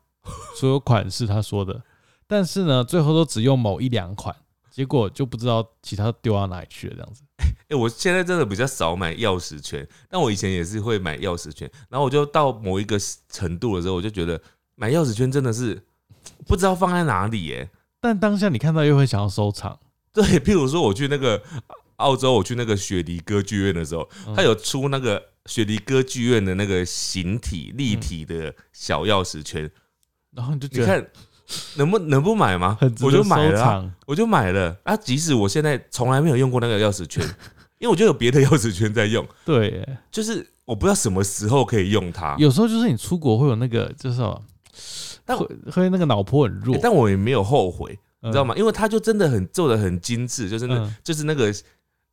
所有款式他说的，但是呢，最后都只用某一两款，结果就不知道其他丢到哪里去了，这样子。
哎、我现在真的比较少买钥匙圈，但我以前也是会买钥匙圈。然后我就到某一个程度的时候，我就觉得买钥匙圈真的是不知道放在哪里耶、
但当下你看到又会想要收藏，
对，譬如说我去那个澳洲，我去那个雪梨歌剧院的时候，
嗯
它有出那个雪梨歌剧院的那个形体
嗯
立体的小钥匙圈，
然后你就
你
觉得
看能不能不买吗
很？值
我
得
就买
收
了啊、
藏。
我就买了啊！即使我现在从来没有用过那个钥匙圈，因为我就有别的钥匙圈在用，
对耶，
就是我不知道什么时候可以用它，
有时候就是你出国会有那个，就是什么，
啊但哎
会会那个脑波很弱，嗯
但我也没有后悔，
你
你知道？吗？因为它就真的很做的很精致，就是那
嗯
就是那个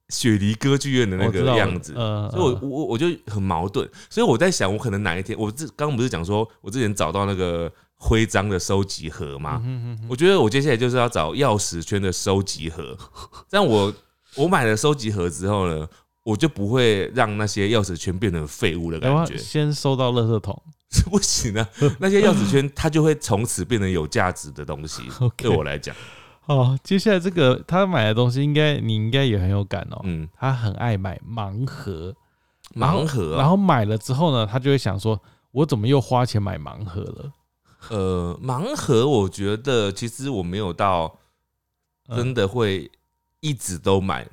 雪梨歌剧院的那
我哦知道
个样子。
呃，
所以我
呃
我我就很矛盾，所以我在想，我可能哪一天，我之刚刚不是讲说，我之前找到那个徽章的收集盒
嗯
吗？
哼哼哼
我觉得我接下来就是要找钥匙圈的收集盒，这样我我买了收集盒之后呢，我就不会让那些钥匙圈变成废物的
然后
感觉，
哎 先收到垃圾桶。
是不行啊，那些钥匙圈它就会从此变成有价值的东西，
OK，
对我来讲，
好，接下来这个他买的东西，应该你应该也很有感哦。
嗯，
他很爱买盲盒，然后
盲盒、
然
啊，
后买了之后呢，他就会想说，我怎么又花钱买盲盒了？
呃，盲盒，我觉得其实我没有到。
嗯
真的会一直都买，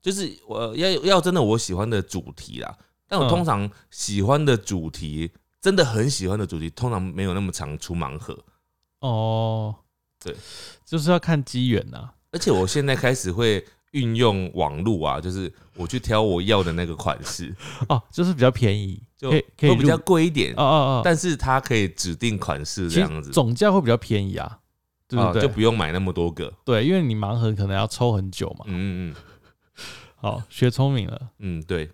就是我要要真的我喜欢的主题啦。但我
嗯
通常喜欢的主题，真的很喜欢的主题，通常没有那么常出盲盒。
哦，
对，
就是要看机缘呐。
而且我现在开始会运用网络啊，就是我去挑我要的那个款式，
哦，就是比较便宜，
就
可以可以
会比较
入
贵一点
哦，哦哦，
但是它可以指定款式
其
这
实
样子，
总价会比较便宜啊，对
啊
不对？
就不用买那么多个。
对，因为你盲盒可能要抽很久嘛。
嗯嗯嗯
好，学聪明了。
嗯，对。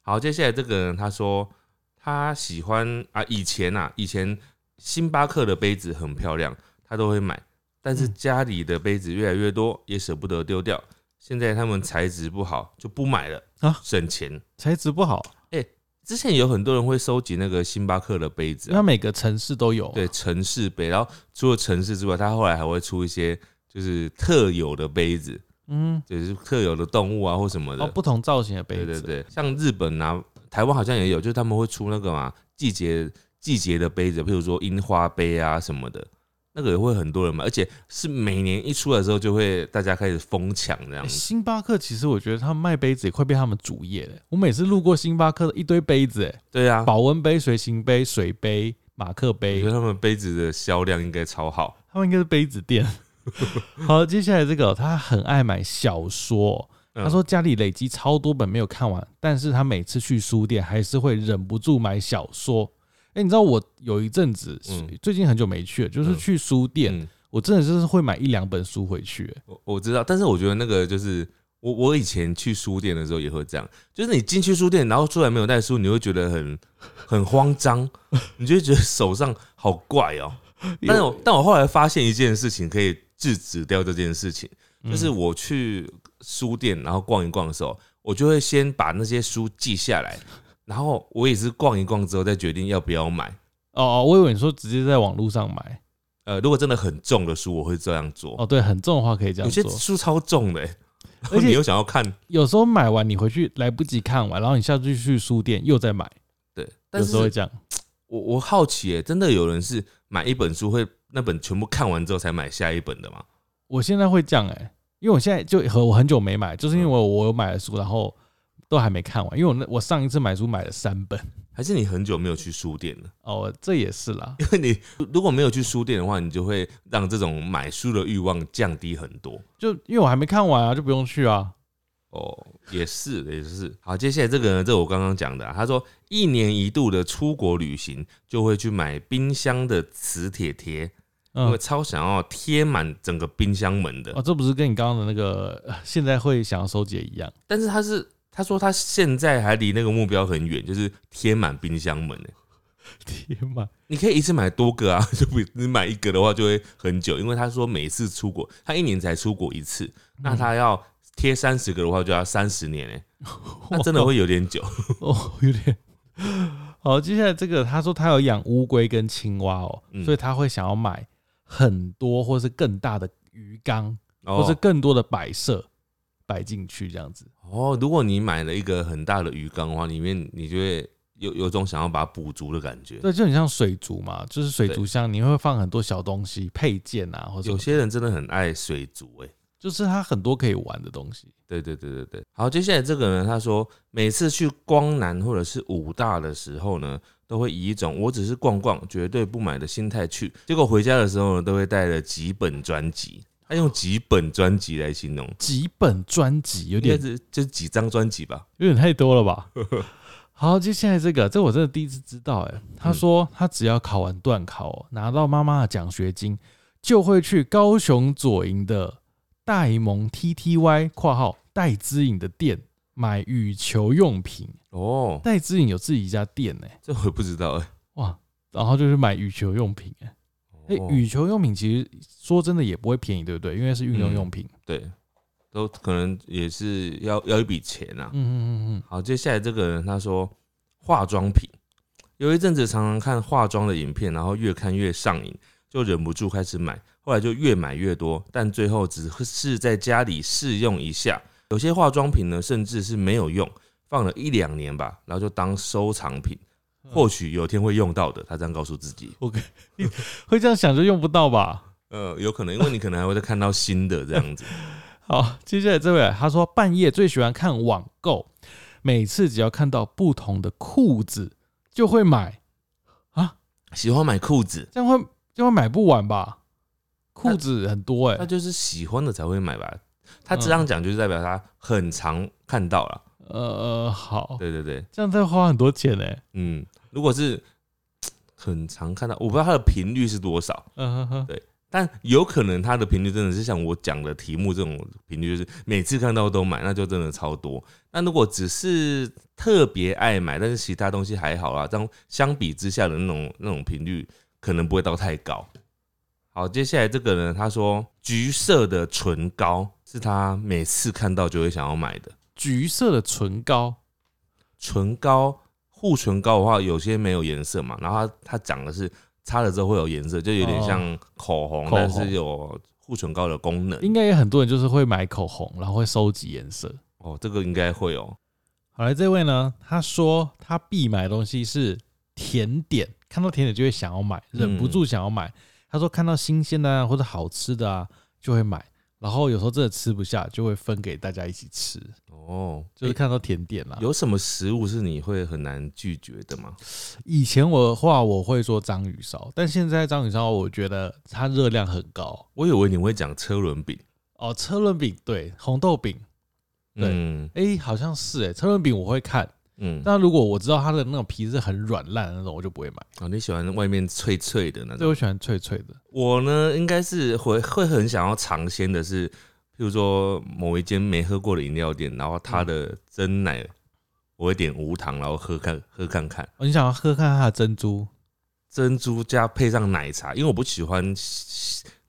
好，接下来这个人他说他喜欢啊，以前啊，以前星巴克的杯子很漂亮，他都会买，但是
嗯
家里的杯子越来越多，也舍不得丢掉。现在他们材质不好，就不买了
啊
省钱。
材质不好，
之前有很多人会收集那个星巴克的杯子啊、
那每个城市都有。啊
对，城市杯。然后除了城市之外，它后来还会出一些就是特有的杯子，
嗯，
就是特有的动物啊或什么的。
哦，不同造型的杯
对
子，
对对，像日本啊、台湾好像也有，就是他们会出那个嘛季节季节的杯子，譬如说樱花杯啊什么的，那个也会很多人买，而且是每年一出来之后就会大家开始疯抢这样
欸
子。
星巴克其实我觉得他们卖杯子也快变他们主业了。我每次路过星巴克的一堆杯子、欸，
对啊，
保温杯、随行杯、水杯、马克
我
杯
觉得，他们杯子的销量应该超好。
他们应该是杯子店。 好，接下来这个他很爱买小说，
嗯
他说家里累积超多本没有看完，但是他每次去书店还是会忍不住买小说。哎、你知道我有一阵子
嗯，
最近很久没去了，就是
嗯
去书店，
嗯
我真的就是会买一两本书回去、欸
我我知道，但是我觉得那个就是我我以前去书店的时候也会这样，就是你进去书店，然后出来没有带书，你会觉得很很慌张，你就会觉得手上好怪哦、但是我但我后来发现一件事情可以制止掉这件事情，
嗯
嗯就是我去书店然后逛一逛的时候，我就会先把那些书记下来，然后我也是逛一逛之后再决定要不要买。
哦哦，我以为你说直接在网络上买。
呃，如果真的很重的书，我会这样做。
哦，对，很重的话可以这
有
样
些
做。
书超重的、欸，然后
而且
你又想要看，
有时候买完你回去来不及看完，然后你下次去书店又再买，
对，
有
但
时
是
候会这样。
我我好奇、欸，真的有人是买一本书会那本全部看完之后才买下一本的吗？
我现在会这样哎、因为我现在就和我很久没买，就是因为
嗯
我我有买了书，然后都还没看完，因为我那我上一次买书买了三本
还是你很久没有去书店了？
哦，这也是啦。
因为你如果没有去书店的话，你就会让这种买书的欲望降低很多。
就因为我还没看完啊，就不用去啊。
哦，也是，也是。好，接下来这个呢，这我刚刚讲的啊、他说一年一度的出国旅行就会去买冰箱的磁铁贴，因为
嗯，
超想要贴满整个冰箱门的
哦，。这不是跟你刚刚的那个呃现在会想要收集的一 样
但是他是他说他现在还离那个目标很远，就是贴满冰箱门、欸。
贴满？
你可以一次买多个啊， 就不你买一个的话就会很久，因为他说每次出国，他一年才出国一次，那他要贴三十个的话就要三十年哎、 那真的会有点久。
哦，有点。好，接下来这个他说他有养乌龟跟青蛙哦，
嗯
所以他会想要买很多或是更大的鱼缸，或是
哦
更多的摆设摆进去这样子。
哦，如果你买了一个很大的鱼缸的话，里面你就会有有种想要把它补足的感觉。
对，就很像水族嘛，就是水
对
族箱，你会放很多小东西、配件啊，或者
有些人真的很爱水族哎、
就是它很多可以玩的东西。
对对对对对。好，接下来这个呢，他说每次去光南或者是武大的时候呢，都会以一种我只是逛逛，绝对不买的心态去，结果回家的时候呢，都会带了几本专辑。他用几本专辑来形容，
几本专辑有
应该
点
是就是几张专辑吧。
有点太多了 吧？好，接下来这个，这我真的第一次知道、欸。哎，他
嗯
说他只要考完段考哦，拿到妈妈的奖学金，就会去高雄左营的戴蒙 TTY（ 括号戴之颖）的店买羽球用品。
哦，
戴之颖有自己一家店呢、欸
这我也不知道哎、
哇，然后就是买羽球用品、欸，哎、
哦
羽球用品其实说真的也不会便宜，对不对？因为是运动用品。
对，都可能也是要要一笔钱啊。
嗯嗯嗯
好，接下来这个人他说化妆品，有一阵子常常看化妆的影片，然后越看越上瘾，就忍不住开始买，后来就越买越多，但最后只是在家里试用一下。有些化妆品呢，甚至是没有用，放了一两年吧，然后就当收藏品，
嗯，
或许有天会用到的。他这样告诉自己，
会这样想就用不到吧？
嗯呃，有可能，因为你可能还会再看到新的这样子。
好，接下来这位他说半夜最喜欢看网购，每次只要看到不同的裤子就会买，
喜欢买裤子，
这样会这样会买不完吧？ 裤子很多哎、
那就是喜欢的才会买吧。他这样讲就是代表他很常看到了，
呃，好，
对对对，
这样再花很多钱哎、
嗯，如果是很常看到，我不知道他的频率是多少，
嗯哼哼，
但有可能他的频率真的是像我讲的题目这种频率，就是每次看到都买，那就真的超多。那如果只是特别爱买，但是其他东西还好啦，这样相比之下的那种那种频率可能不会到太高。好，接下来这个呢，他说橘色的唇膏是他每次看到就会想要买的。
橘色的唇膏，
唇膏护唇膏的话，有些没有颜色嘛，然后它它讲的是擦了之后会有颜色，就有点像口红，
哦口红
但是有护唇膏的功能。
应该也很多人就是会买口红，然后会收集颜色。
哦，这个应该会哦。
好来，这位呢，他说他必买的东西是甜点，看到甜点就会想要买，忍不住想要买。他说看到新鲜的啊，或者好吃的啊，就会买。然后有时候真的吃不下，就会分给大家一起吃，
哦，
就是看到甜点啦、
诶有什么食物是你会很难拒绝的吗？
以前我的话，我会说章鱼烧，但现在章鱼烧我觉得它热量很高。
我以为你会讲车轮饼，
哦，车轮饼对，红豆饼，对
嗯
诶，好像是诶，车轮饼我会看，
嗯，
但如果我知道它的那种皮是很软烂的那种，我就不会买。
哦，你喜欢外面脆脆的那
所
种。
以我喜欢脆脆的。
我呢，应该是会会很想要尝鲜的是，譬如说某一间没喝过的饮料店，然后它
嗯
的真奶，我会点无糖，然后喝看喝看看，
哦你想要喝看它的珍珠？
珍珠加配上奶茶，因为我不喜欢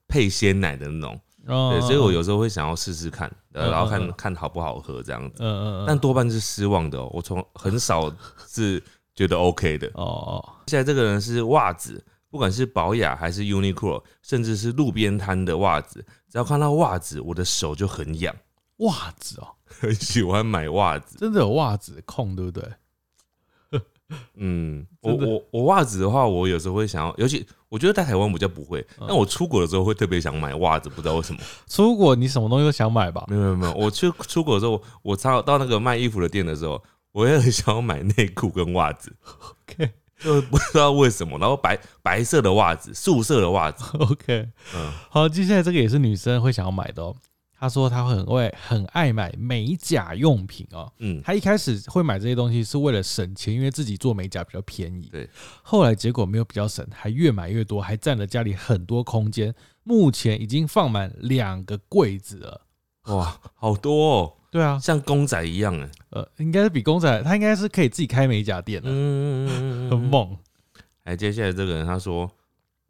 配鲜奶的那种，
哦
对，所以我有时候会想要试试看，呃
嗯
然后
嗯嗯
看看好不好喝这样子，
嗯嗯嗯，
但多半是失望的哦、我从很少是觉得 OK 的。
哦哦
接下来这个人是袜子，不管是保雅还是 Uniqlo，甚至是路边摊的袜子，只要看到袜子，我的手就很痒，
袜子哦，
很喜欢买袜子。
真的有袜子控，对不对？
嗯，我
真的
我我袜子的话，我有时候会想要，尤其我觉得在台湾比较不会，但我出国的时候会特别想买袜子，不知道为什么。
出国你什么东西都想买吧？
没有没有没有，我去出国的时候，我到到那个卖衣服的店的时候，我也很想要买内裤跟袜子。
OK
就不知道为什么，然后白白色的袜子，素色的袜子，
OK，
嗯，
好，接下来这个也是女生会想要买的哦。她说她很会很爱买美甲用品哦。
嗯，
她一开始会买这些东西是为了省钱，因为自己做美甲比较便宜。
对，
后来结果没有比较省，还越买越多，还占了家里很多空间。目前已经放满两个柜子了。
哇，好多哦，
对啊，
像公仔一样哎，
呃，应该是比公仔，他应该是可以自己开美甲店的，
嗯，
很。猛。
哎，接下来这个人他说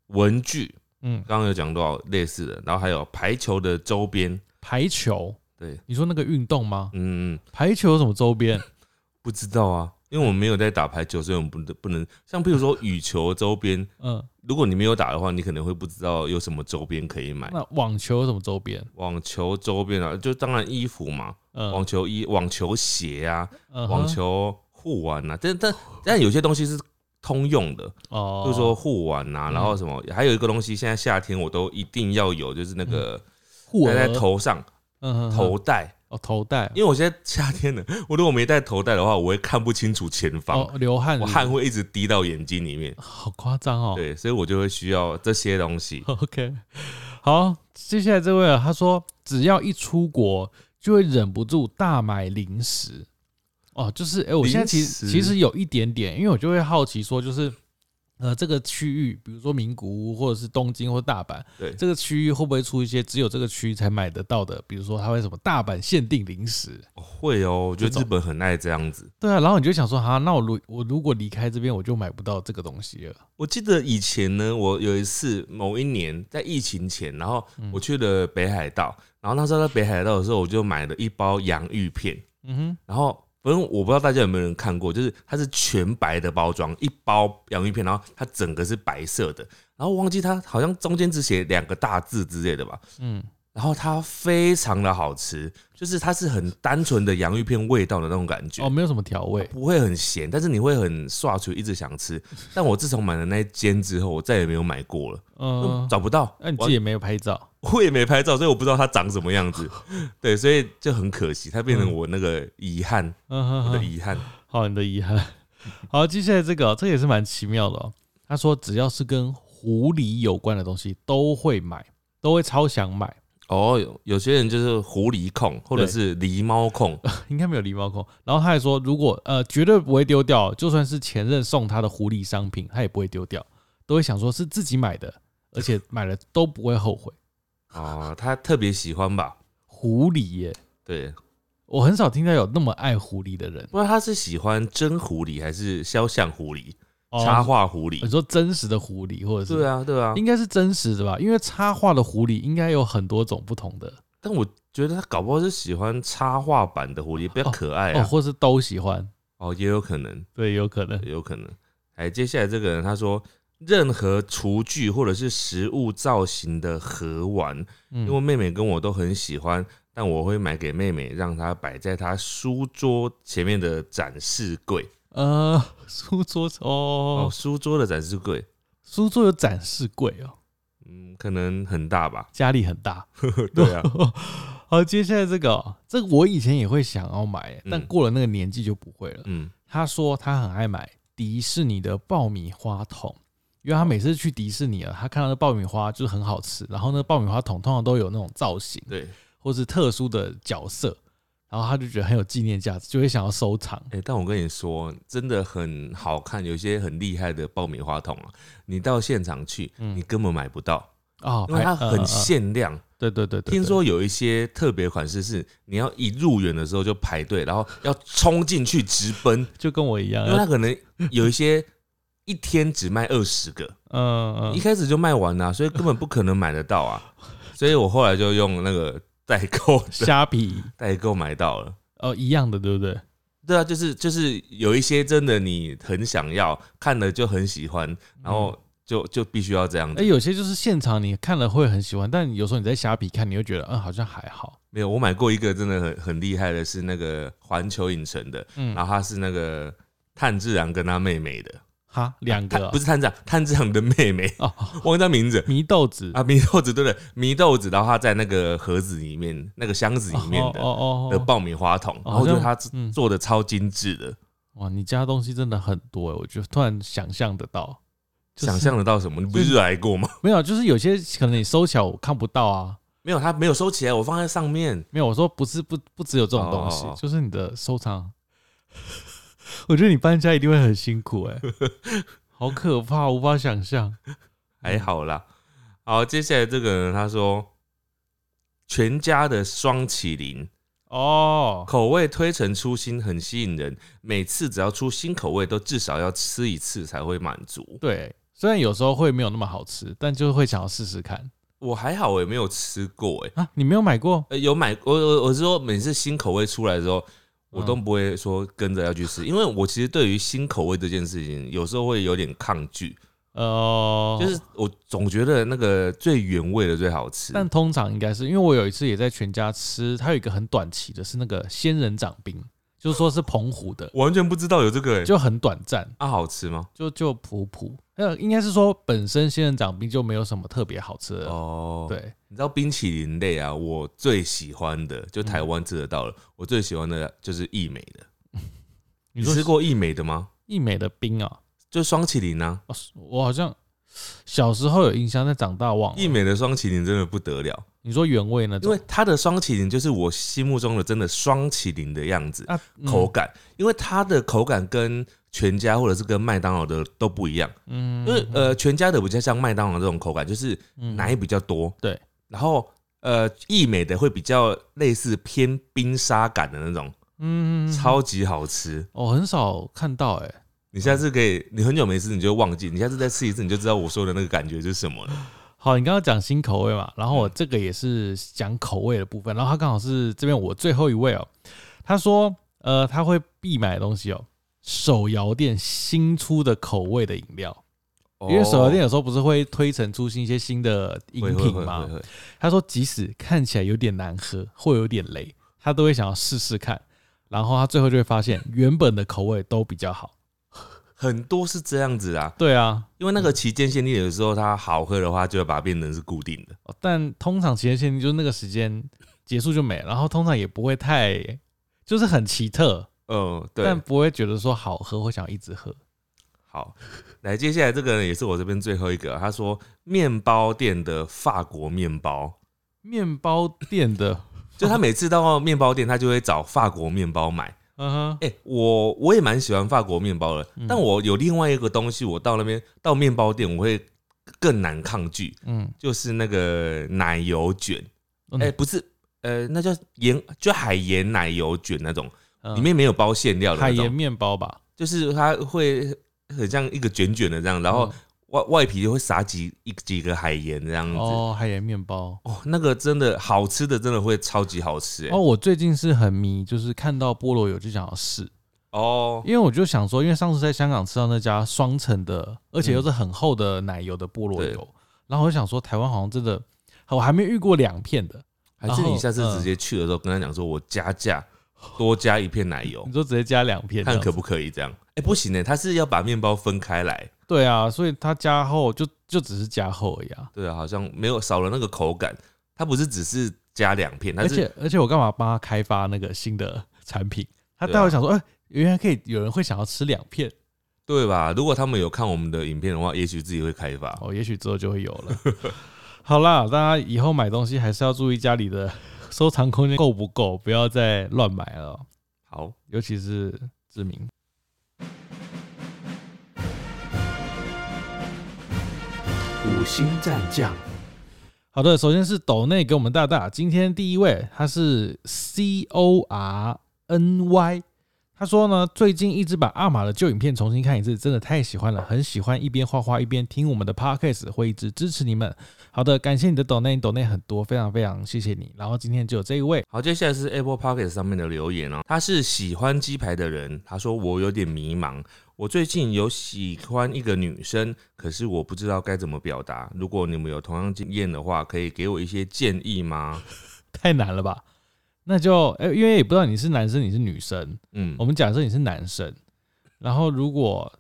文具，
嗯，
刚刚有讲到类似的，然后还有排球的周边，
排球，
对，
你说那个运动吗？
嗯，
排球有什么周 边？
不知道啊，因为我们没有在打排球，所以我们不能不能像譬如说羽球周边，
嗯，
如果你没有打的话，你可能会不知道有什么周边可以买。
那网球有什么周边？
网球周边啊，就当然衣服嘛，
嗯，
网球衣、网球鞋啊，
嗯哼
网球护腕啊，但但但有些东西是通用的，
哦，
就是说护腕啊，
嗯
然后什么，还有一个东西，现在夏天我都一定要有，就是那个
嗯护
戴在
额，
头上
嗯哼哼
头带，
哦头带，
因为我现在夏天了， 我如果没戴头带的话，我会看不清楚前方
哦，流汗是
我
不是，
汗会一直滴到眼睛里面，
好夸张哦。。
对，所以我就会需要这些东西
OK，好，接下来这位啊，他说只要一出国就会忍不住大买零食。哦，就是哎、诶我现在其
零食
实其实有一点点，因为我就会好奇说，就是呃，这个区域，比如说名古屋或者是东京或大阪，
对，
这个区域会不会出一些只有这个区域才买得到的，比如说它会什么大阪限定零食？
会哦，我觉
这
得
种
日本很爱这样子。
对啊，然后你就想说，哈，那我如我如果离开这边，我就买不到这个东西了。
我记得以前呢，我有一次某一年在疫情前，然后
嗯
我去了北海道，然后那时候在北海道的时候，我就买了一包洋芋片，
嗯哼，
然后反正我不知道大家有没有人看过，就是它是全白的包装，一包洋芋片，然后它整个是白色的，然后我忘记它好像中间只写两个大字之类的吧，
嗯，
然后它非常的好吃，就是它是很单纯的洋芋片味道的那种感觉。
哦，没有什么调味，
不会很咸，但是你会很刷出一直 想吃。但我自从买了那一间之后，我再也没有买过了，
嗯、
找不到。
那、你自
我
己也没有拍照，
我也没拍照，所以我不知道它长什么 样子。对，所以就很可惜，它变成我那个遗憾，
嗯
我
哼
的
哼，
遗憾。
好，你的遗憾。 好，接下来这个哦、这个也是蛮奇妙的哦。他说，只要是跟狐狸有关的东西都会买，都会超想买。
哦，有有些人就是狐狸控，或者是狸猫控，
应该没有狸猫控。然后他还说，如果呃绝对不会丢掉，就算是前任送他的狐狸商品，他也不会丢掉，都会想说是自己买的，而且买了都不会后悔。
哦，他特别喜欢吧？
狐狸耶，
对，
我很少听到有那么爱狐狸的人。
不知道他是喜欢真狐狸还是肖像狐狸、插画狐
你
狸？
说真实的狐狸，哦或者是
哦对啊，对啊。
应该是真实的吧？因为插画的狐狸应该有很多种不同的
但我觉得他搞不好是喜欢插画版的狐狸，比较可爱
哦，
啊。
或是都喜欢，
哦，也有可能，
对，有可能。
也有可能。哎，接下来这个人他说，任何厨具或者是食物造型的盒玩，
嗯
因为妹妹跟我都很喜欢，但我会买给妹妹，让她摆在她书桌前面的展示柜。
呃，书桌
哦，
哦，
书桌的展示柜，
书桌有展示柜哦，。
嗯，可能很大吧
家里很大。
对啊，
好，接下来这个哦、这个我以前也会想要买，但
嗯
过了那个年纪就不会了。
嗯，
他说他很爱买迪士尼的爆米花桶，因为他每次去迪士尼啊，他看到的爆米花就是很好吃，然后呢，爆米花桶通常都有那种造型
对。
或是特殊的角色，然后他就觉得很有纪念价值，就会想要收藏。
哎、但我跟你说，真的很好看，有一些很厉害的爆米花桶啊，你到现场去，
嗯
你根本买不到，
哦，
因为它
排呃
很
呃
限量。
对对对对，
听说有一些特别款式是你要一入园的时候就排队，然后要冲进去直 奔，
对就跟我一样，
因为它可能有一些一天只卖二十个，
嗯
一
嗯，
开始就卖完了、啊所以根本不可能买得到啊。所以我后来就用那个代购 的
虾皮
代购买到了。
哦一样的，对不对？
对啊，就是就是有一些真的你很想要，看了就很喜欢，然后就就必须要这样
嗯哎，
子。
有些就是现场你看了会很喜欢，但有时候你在虾皮看，你会觉得嗯好像还好，
没有，我买过一个真的很很厉害的，是那个环球影城的，
嗯
然后他是那个炭治郎跟他妹妹的，
哈两
炭
个啊
不是炭治郎，炭治郎的妹妹，
哦
忘记他名字
迷豆子
啊，祢豆子对不对？祢豆子，然后他在那个盒子里面，那个箱子里面的
哦哦哦
的
哦，
爆米花桶，
哦
然后我觉得
好
他
嗯
做的超精致的，
哇，你家东西真的很多哎，我就突然想象得到，就是嗯
想象得到什么？你不
就是
来过吗？
没有，啊就是有些可能你收起来我看不到啊。
没有，他没有收起来，我放在上面。
没有，我说不是不不只有这种东西，
哦哦哦
就是你的收藏。 我觉得你搬家一定会很辛苦 哎、好可怕，无法想象。
还哎好啦。好，接下来这个人他说，全家的双麒麟
哦，
口味推陈出新，很吸引人。每次只要出新口味，都至少要吃一次才会满足。
对，虽然有时候会没有那么好吃，但就是会想要试试看
我还好，我也没有吃过、欸，
啊。你没有买过？
呃，有买，我我我是说，每次新口味出来的时候，我都不会说跟着要去吃，因为我其实对于新口味这件事情，有时候会有点抗拒，
呃，
就是，我总觉得那个最原味的最好吃。
但通常应该是因为我有一次也在全家吃，它有一个很短期的，是那个仙人掌冰，就是说是澎湖的，
我完全不知道有这个、欸，
就很短暂。
啊，好吃吗？
就就普普，呃，应该是说本身仙人掌冰就没有什么特别好吃的，
哦，，
对，
你知道冰淇淋类啊，我最喜欢的就台湾吃得到
嗯
了，我最喜欢的就是益美的。
你
你
说
吃过益美的吗？
益美的冰啊、
就双麒麟啊，
哦我好像小时候有印象，但长大忘
益
了。
美的双麒麟真的不得了，
你说原味那
因
种
为，它的双麒麟就是我心目中的真的双麒麟的样子，
啊，嗯
口，感，因为它的口感跟全家或者是跟麦当劳的都不一样，
嗯
因为呃全家的比较像麦当劳这种口感，就是奶比较多，
对，
然后呃益美的会比较类似偏冰沙感的那种，
嗯，
超级好吃。
我很少看到哎、
你下次可以，你很久没吃，你就忘记，你下次再吃一次，你就知道我说的那个感觉是什么了。
好，你刚刚讲新口味嘛，然后我
嗯
这个也是讲口味的部分，然后他刚好是这边我最后一位哦，他说呃他会必买的东西哦，手摇店新出的口味的饮料。
哦
因为手摇店有时候不是会推陈出新一些新的饮
会
品
会会
吗
会？会
他说，即使看起来有点难喝或有点雷，他都会想要试试看。然后他最后就会发现，原本的口味都比较好。
很多是这样子啦，
对啊，
因为那个期间限定有时候它好喝的话，就会把它变成是固定的。
哦但通常期间限定就是那个时间结束就没了，然后通常也不会太，就是很奇特，
嗯，对
但。不会觉得说好喝或想一直喝。
好，来，接下来这个人也是我这边最后一个，他说面包店的法国面 包，
面包店的，
就他每次到面包店，他就会找法国面包买。
嗯哼，
哎、我我也蛮喜欢法国面包的，
嗯
但我有另外一个东西，我到那边到面包店，我会更难抗拒，
嗯，
就是那个奶油卷。
嗯
哎、不是，呃，那叫盐，就海盐奶油卷那种，
嗯
里面没有包馅料的
海
那
盐
种，
面包吧，
就是它会很像一个卷卷的这样，然
嗯
后外外皮就会撒几一几个海盐这样子。哦
哦，海盐面包。
那个真的好吃的，真的会超级好吃、哎
哦，我最近是很迷，就是看到菠萝油就想要试，
哦
因为我就想说，因为上次在香港吃到那家双层的，而
嗯
且又是很厚的奶油的菠萝油，然后我就想说，台湾好像真的，我还没遇过两片的，
还是
然
你
后嗯
下次直接去的时候跟他讲说，我加价多加一片奶油
你，就直接加两片这
哦看
样子，
可不可以这样？哎、不行呢、他是要把面包分开来，
对啊，所以它加厚就就只是加厚而已啊。
对啊，好像没有少了那个口感，它不是只是加两片，它
而
是
且而且我干嘛帮他开发那个新的产品？他
对啊
待会想说，哎、原来可以有人会想要吃两片
对吧？如果他们有看我们的影片的话，也许自己会开发。
哦，也许之后就会有了。 好啦，大家以后买东西还是要注意家里的收藏空间够不够，不要再乱买了，
好，
尤其是志明。
五星战将，
好的，首先是斗内给我们大大，今天第一位他是 C O R N Y，他说呢，最近一直把阿玛的旧影片重新看一次，真的太喜欢了，很喜欢一边画画一边听我们的 podcast，会一直支持你们。好的，感谢你的斗内，斗内很多，非常非常谢谢你。然后今天就有这一位，
好，接下来是 Apple Pocket 上面的留言哦，他是喜欢鸡排的人，他说我有点迷茫，我最近有喜欢一个女生，可是我不知道该怎么表达。如果你们有同样经验的话，可以给我一些建议吗？
太难了吧？那就哎、因为也不知道你是男生你是女生，
嗯
我，们假设你是男生，然后如果，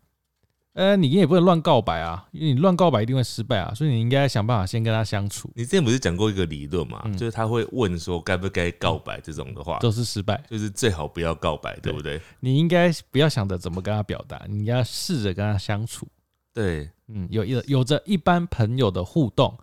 呃，你也不能乱告白啊，因为你乱告白一定会失败啊，所以你应该想办法先跟他相处，
你之前不是讲过一个理论嘛，
嗯
就是他会问说该不该告白这种的话，
都是失败。
就是最好不要告白，对不对？
你应该不要想着怎么跟他表达，你应该试着跟他相处，
对，
嗯，有一有着一般朋友的互动，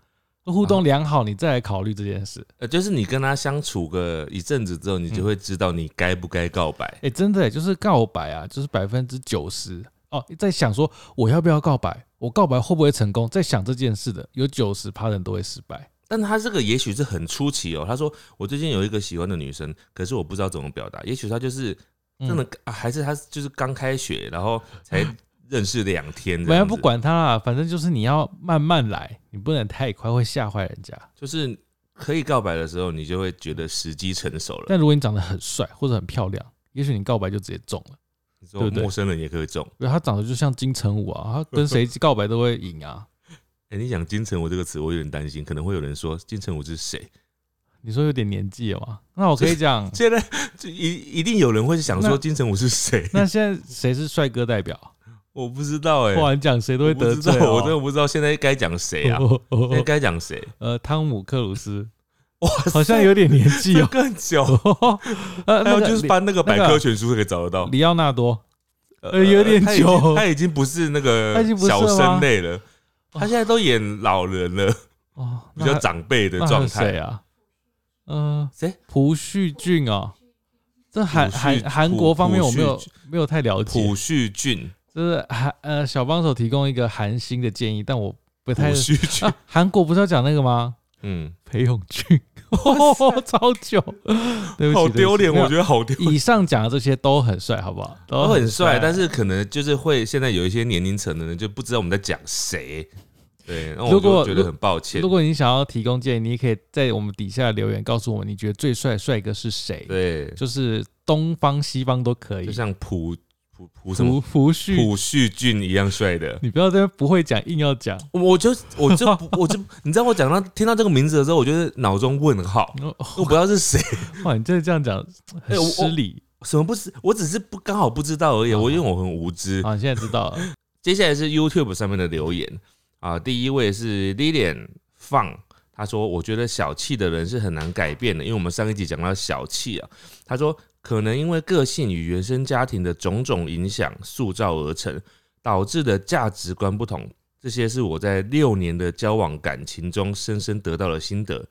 互动良好，你再来考虑这件事。
呃，就是你跟他相处个一阵子之后，你就会知道你该不该告白。
哎、真的、欸、就是告白啊，就是百分之九十哦，在想说我要不要告白，我告白会不会成功，在想这件事的有九十趴人都会失败。
但他这个也许是很出奇哦。他说我最近有一个喜欢的女生，可是我不知道怎么表达。也许他就是
嗯
真的，啊还是他就是刚开学，然后才 认识两天这
本来
样子。
不管他啦，反正就是你要慢慢来，你不能太快，会吓坏人家。
就是可以告白的时候，你就会觉得时机成熟了。
但如果你长得很帅或者很漂亮，也许你告白就直接中了。
你
对
说
不对
陌生人也可以中。
因为他长得就像金城武啊，他跟谁告白都会赢啊。
哎、你讲金城武这个词，我有点担心，可能会有人说金城武是谁？
你说有点年纪了嘛？那我可以 讲，
现在就一一定有人会想
那
说金城武是谁？
那现在谁是帅哥代表？
我不知道哎、
不然讲谁都会
我不
得
知道
罪哦、
我真的不知道现在该讲谁啊？ 现在该讲谁？
呃，汤姆克鲁 斯
哇，
好像有点年纪
这
哦、
更久。
呃，
还
那
有
个
就是翻那个百
那个
科全书可以找得到
里。里奥纳多，
呃
有点
他已经
久
他已经不是那
他已经
个
不是了
小
吗
生类了，他现在都演老人了，
哦，
比
那
较
还
长辈的状
那还有谁
态。
啊？嗯、
谁
朴叙俊哦，这韩
朴叙
韩韩国方面我没有
朴叙
没有太了解
朴，叙俊，
就是韩呃小帮手提供一个韩星的建议，但我不太
朴叙 俊
啊，韩国不是要讲那个吗？
嗯，
裴勇俊，哦， 超 久，对不起，
好丢脸，我觉
得。
得好丢。
以上讲的这些都很帅，好不好？
都
都
很帅，但
是
是可能就是会现在有一些年龄层的人就不知道我们在讲谁，对，那我
如果
就觉得很抱歉
如。果你想要提供建议，你也可以在我们底下留言告诉我们，你觉得最帅的帅哥是谁？
对，
就是东方西方都可以
就。像朴朴朴什
朴
么
朴叙
朴叙俊一样帅的，
你不要在那边不会讲，硬要讲。
我就我就不我就你知道我讲到听到这个名字的时候，我就是脑中问号，
哦
我不知道是谁。
哇，你真的这样讲
哎
很
我
失礼。
什么不是？我只是不刚好不知道而已。
哦
我因为我很无知。
啊，你现在知道了，
接下来是 YouTube 上面的留言啊，第一位是 Lilian 放，他说：“我觉得小气的人是很难改变的，因为我们上一集讲到小气啊。”他说：“可能因为个性与原生家庭的种种影响塑造而成，导致的价值观不同。这些是我在六年的交往感情中深深得到的心得。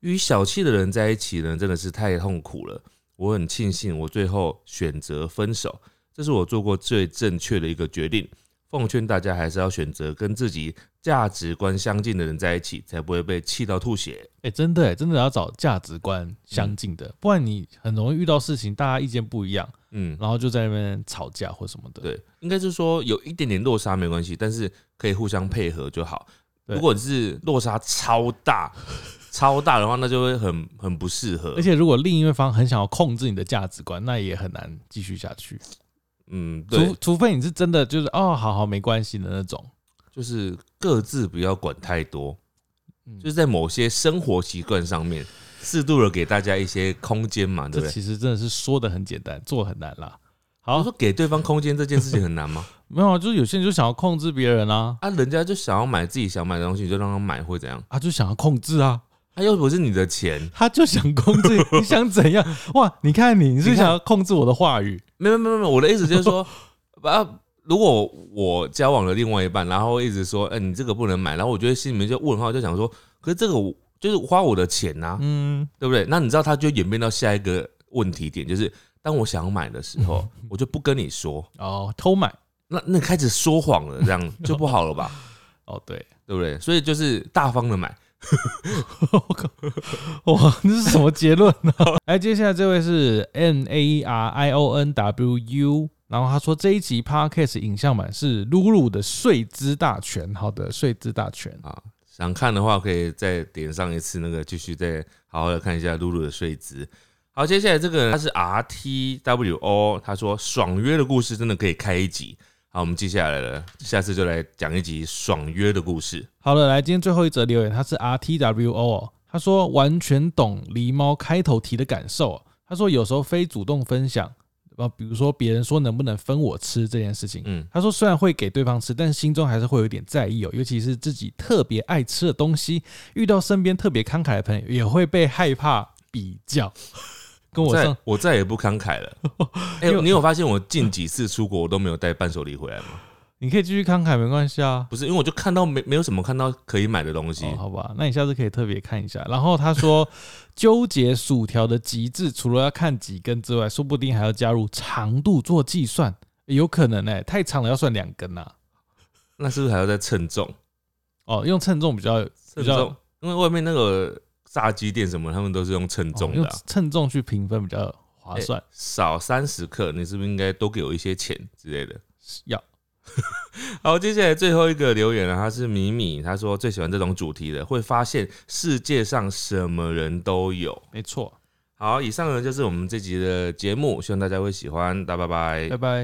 与小气的人在一起呢，真的是太痛苦了。我很庆幸我最后选择分手，这是我做过最正确的一个决定。”奉劝大家还是要选择跟自己价值观相近的人在一起，才不会被气到吐血。
哎、真的、欸，真的要找价值观相近的，不然你很容易遇到事情，大家意见不一样，
嗯，
然后就在那边吵架或什么的。，
对，应该是说有一点点落差没关系，但是可以互相配合就好。
对
如果你是落差超 大、超大的话，那就会很很不适合。
而，且如果另一方很想要控制你的价值观，那也很难继续下去。
嗯，对
除，除非你是真的就是哦，好好没关系的那种。
就是各自不要管太多，
嗯
就是在某些生活习惯上面，适度的给大家一些空间嘛，
这
对不对？
其实真的是说的很简单，做很难啦。
我
好
说，给对方空间这件事情很难吗？
没有啊，就是有些人就想要控制别人啊，
啊，人家就想要买自己想买的东西，你就让他买，会怎样？
啊就想要控制啊，
他又不是你的钱，
他就想控 制你，你想怎样？哇，你看你，你是
你看
想要控制我的话语，
没有没有没有，我的意思就是说， 啊，如果我交往了另外一半，然后一直说，哎、你这个不能买，然后我觉得心里面就问号，就想说，可是这个我就是花我的钱呐、
嗯，
对不对？那你知道，他就演变到下一个问题点，就是当我想买的时候，我就不跟你说，
哦，偷买，
那那开始说谎了，这样就不好了吧？
哦对，
对不对？所以就是大方的买，
我靠， 哇，这是什么结论呢、 哎，接下来这位是 N A R I O N W U，然后他说这一集 podcast 影像版是露露的睡姿大全，好的，睡姿大全，
啊。想看的话，可以再点上一次那个，继续再好好的看一下露露的睡姿。好，接下来这个人他是 R T W O，他说爽约的故事真的可以开一集。好，我们记下来了，下次就来讲一集爽约的故事。
好了，来今天最后一则留言，他是 R T W O，哦他说完全懂狸猫开头提的感受哦。他说有时候非主动分享，呃，比如说别人说能不能分我吃这件事情，
嗯，
他说虽然会给对方吃，但心中还是会有点在意哦，尤其是自己特别爱吃的东西，遇到身边特别慷慨的朋友，也会被害怕比较。 跟我
再
上
我再也不慷慨 了。哎、
因为
你有发现我近几次出国我都没有带伴手礼回来吗？
你可以继续慷慨没关系啊。
不是，因为我就看到没没有什么看到可以买的东西。
哦，好吧，那你下次可以特别看一下。然后他 说，纠结薯条的极致，除了要看几根之外，说不定还要加入长度做计算，有可能哎、太长了要算两根呐、啊
那是不是还要再称重？
哦，用称重比较比
称
较
重，因为外面那个炸鸡店什么，他们都是用称重
哦
的
用
啊、
称重去评分比较划
哎
算。
少三十克，你是不是应该多给我一些钱之类的？
要
好，接下来最后一个留言啊，他是米米，他说最喜欢这种主题的，会发现世界上什么人都有。
没错，
好，以上呢就是我们这集的节目，希望大家会喜欢，大家拜
拜。
拜
拜。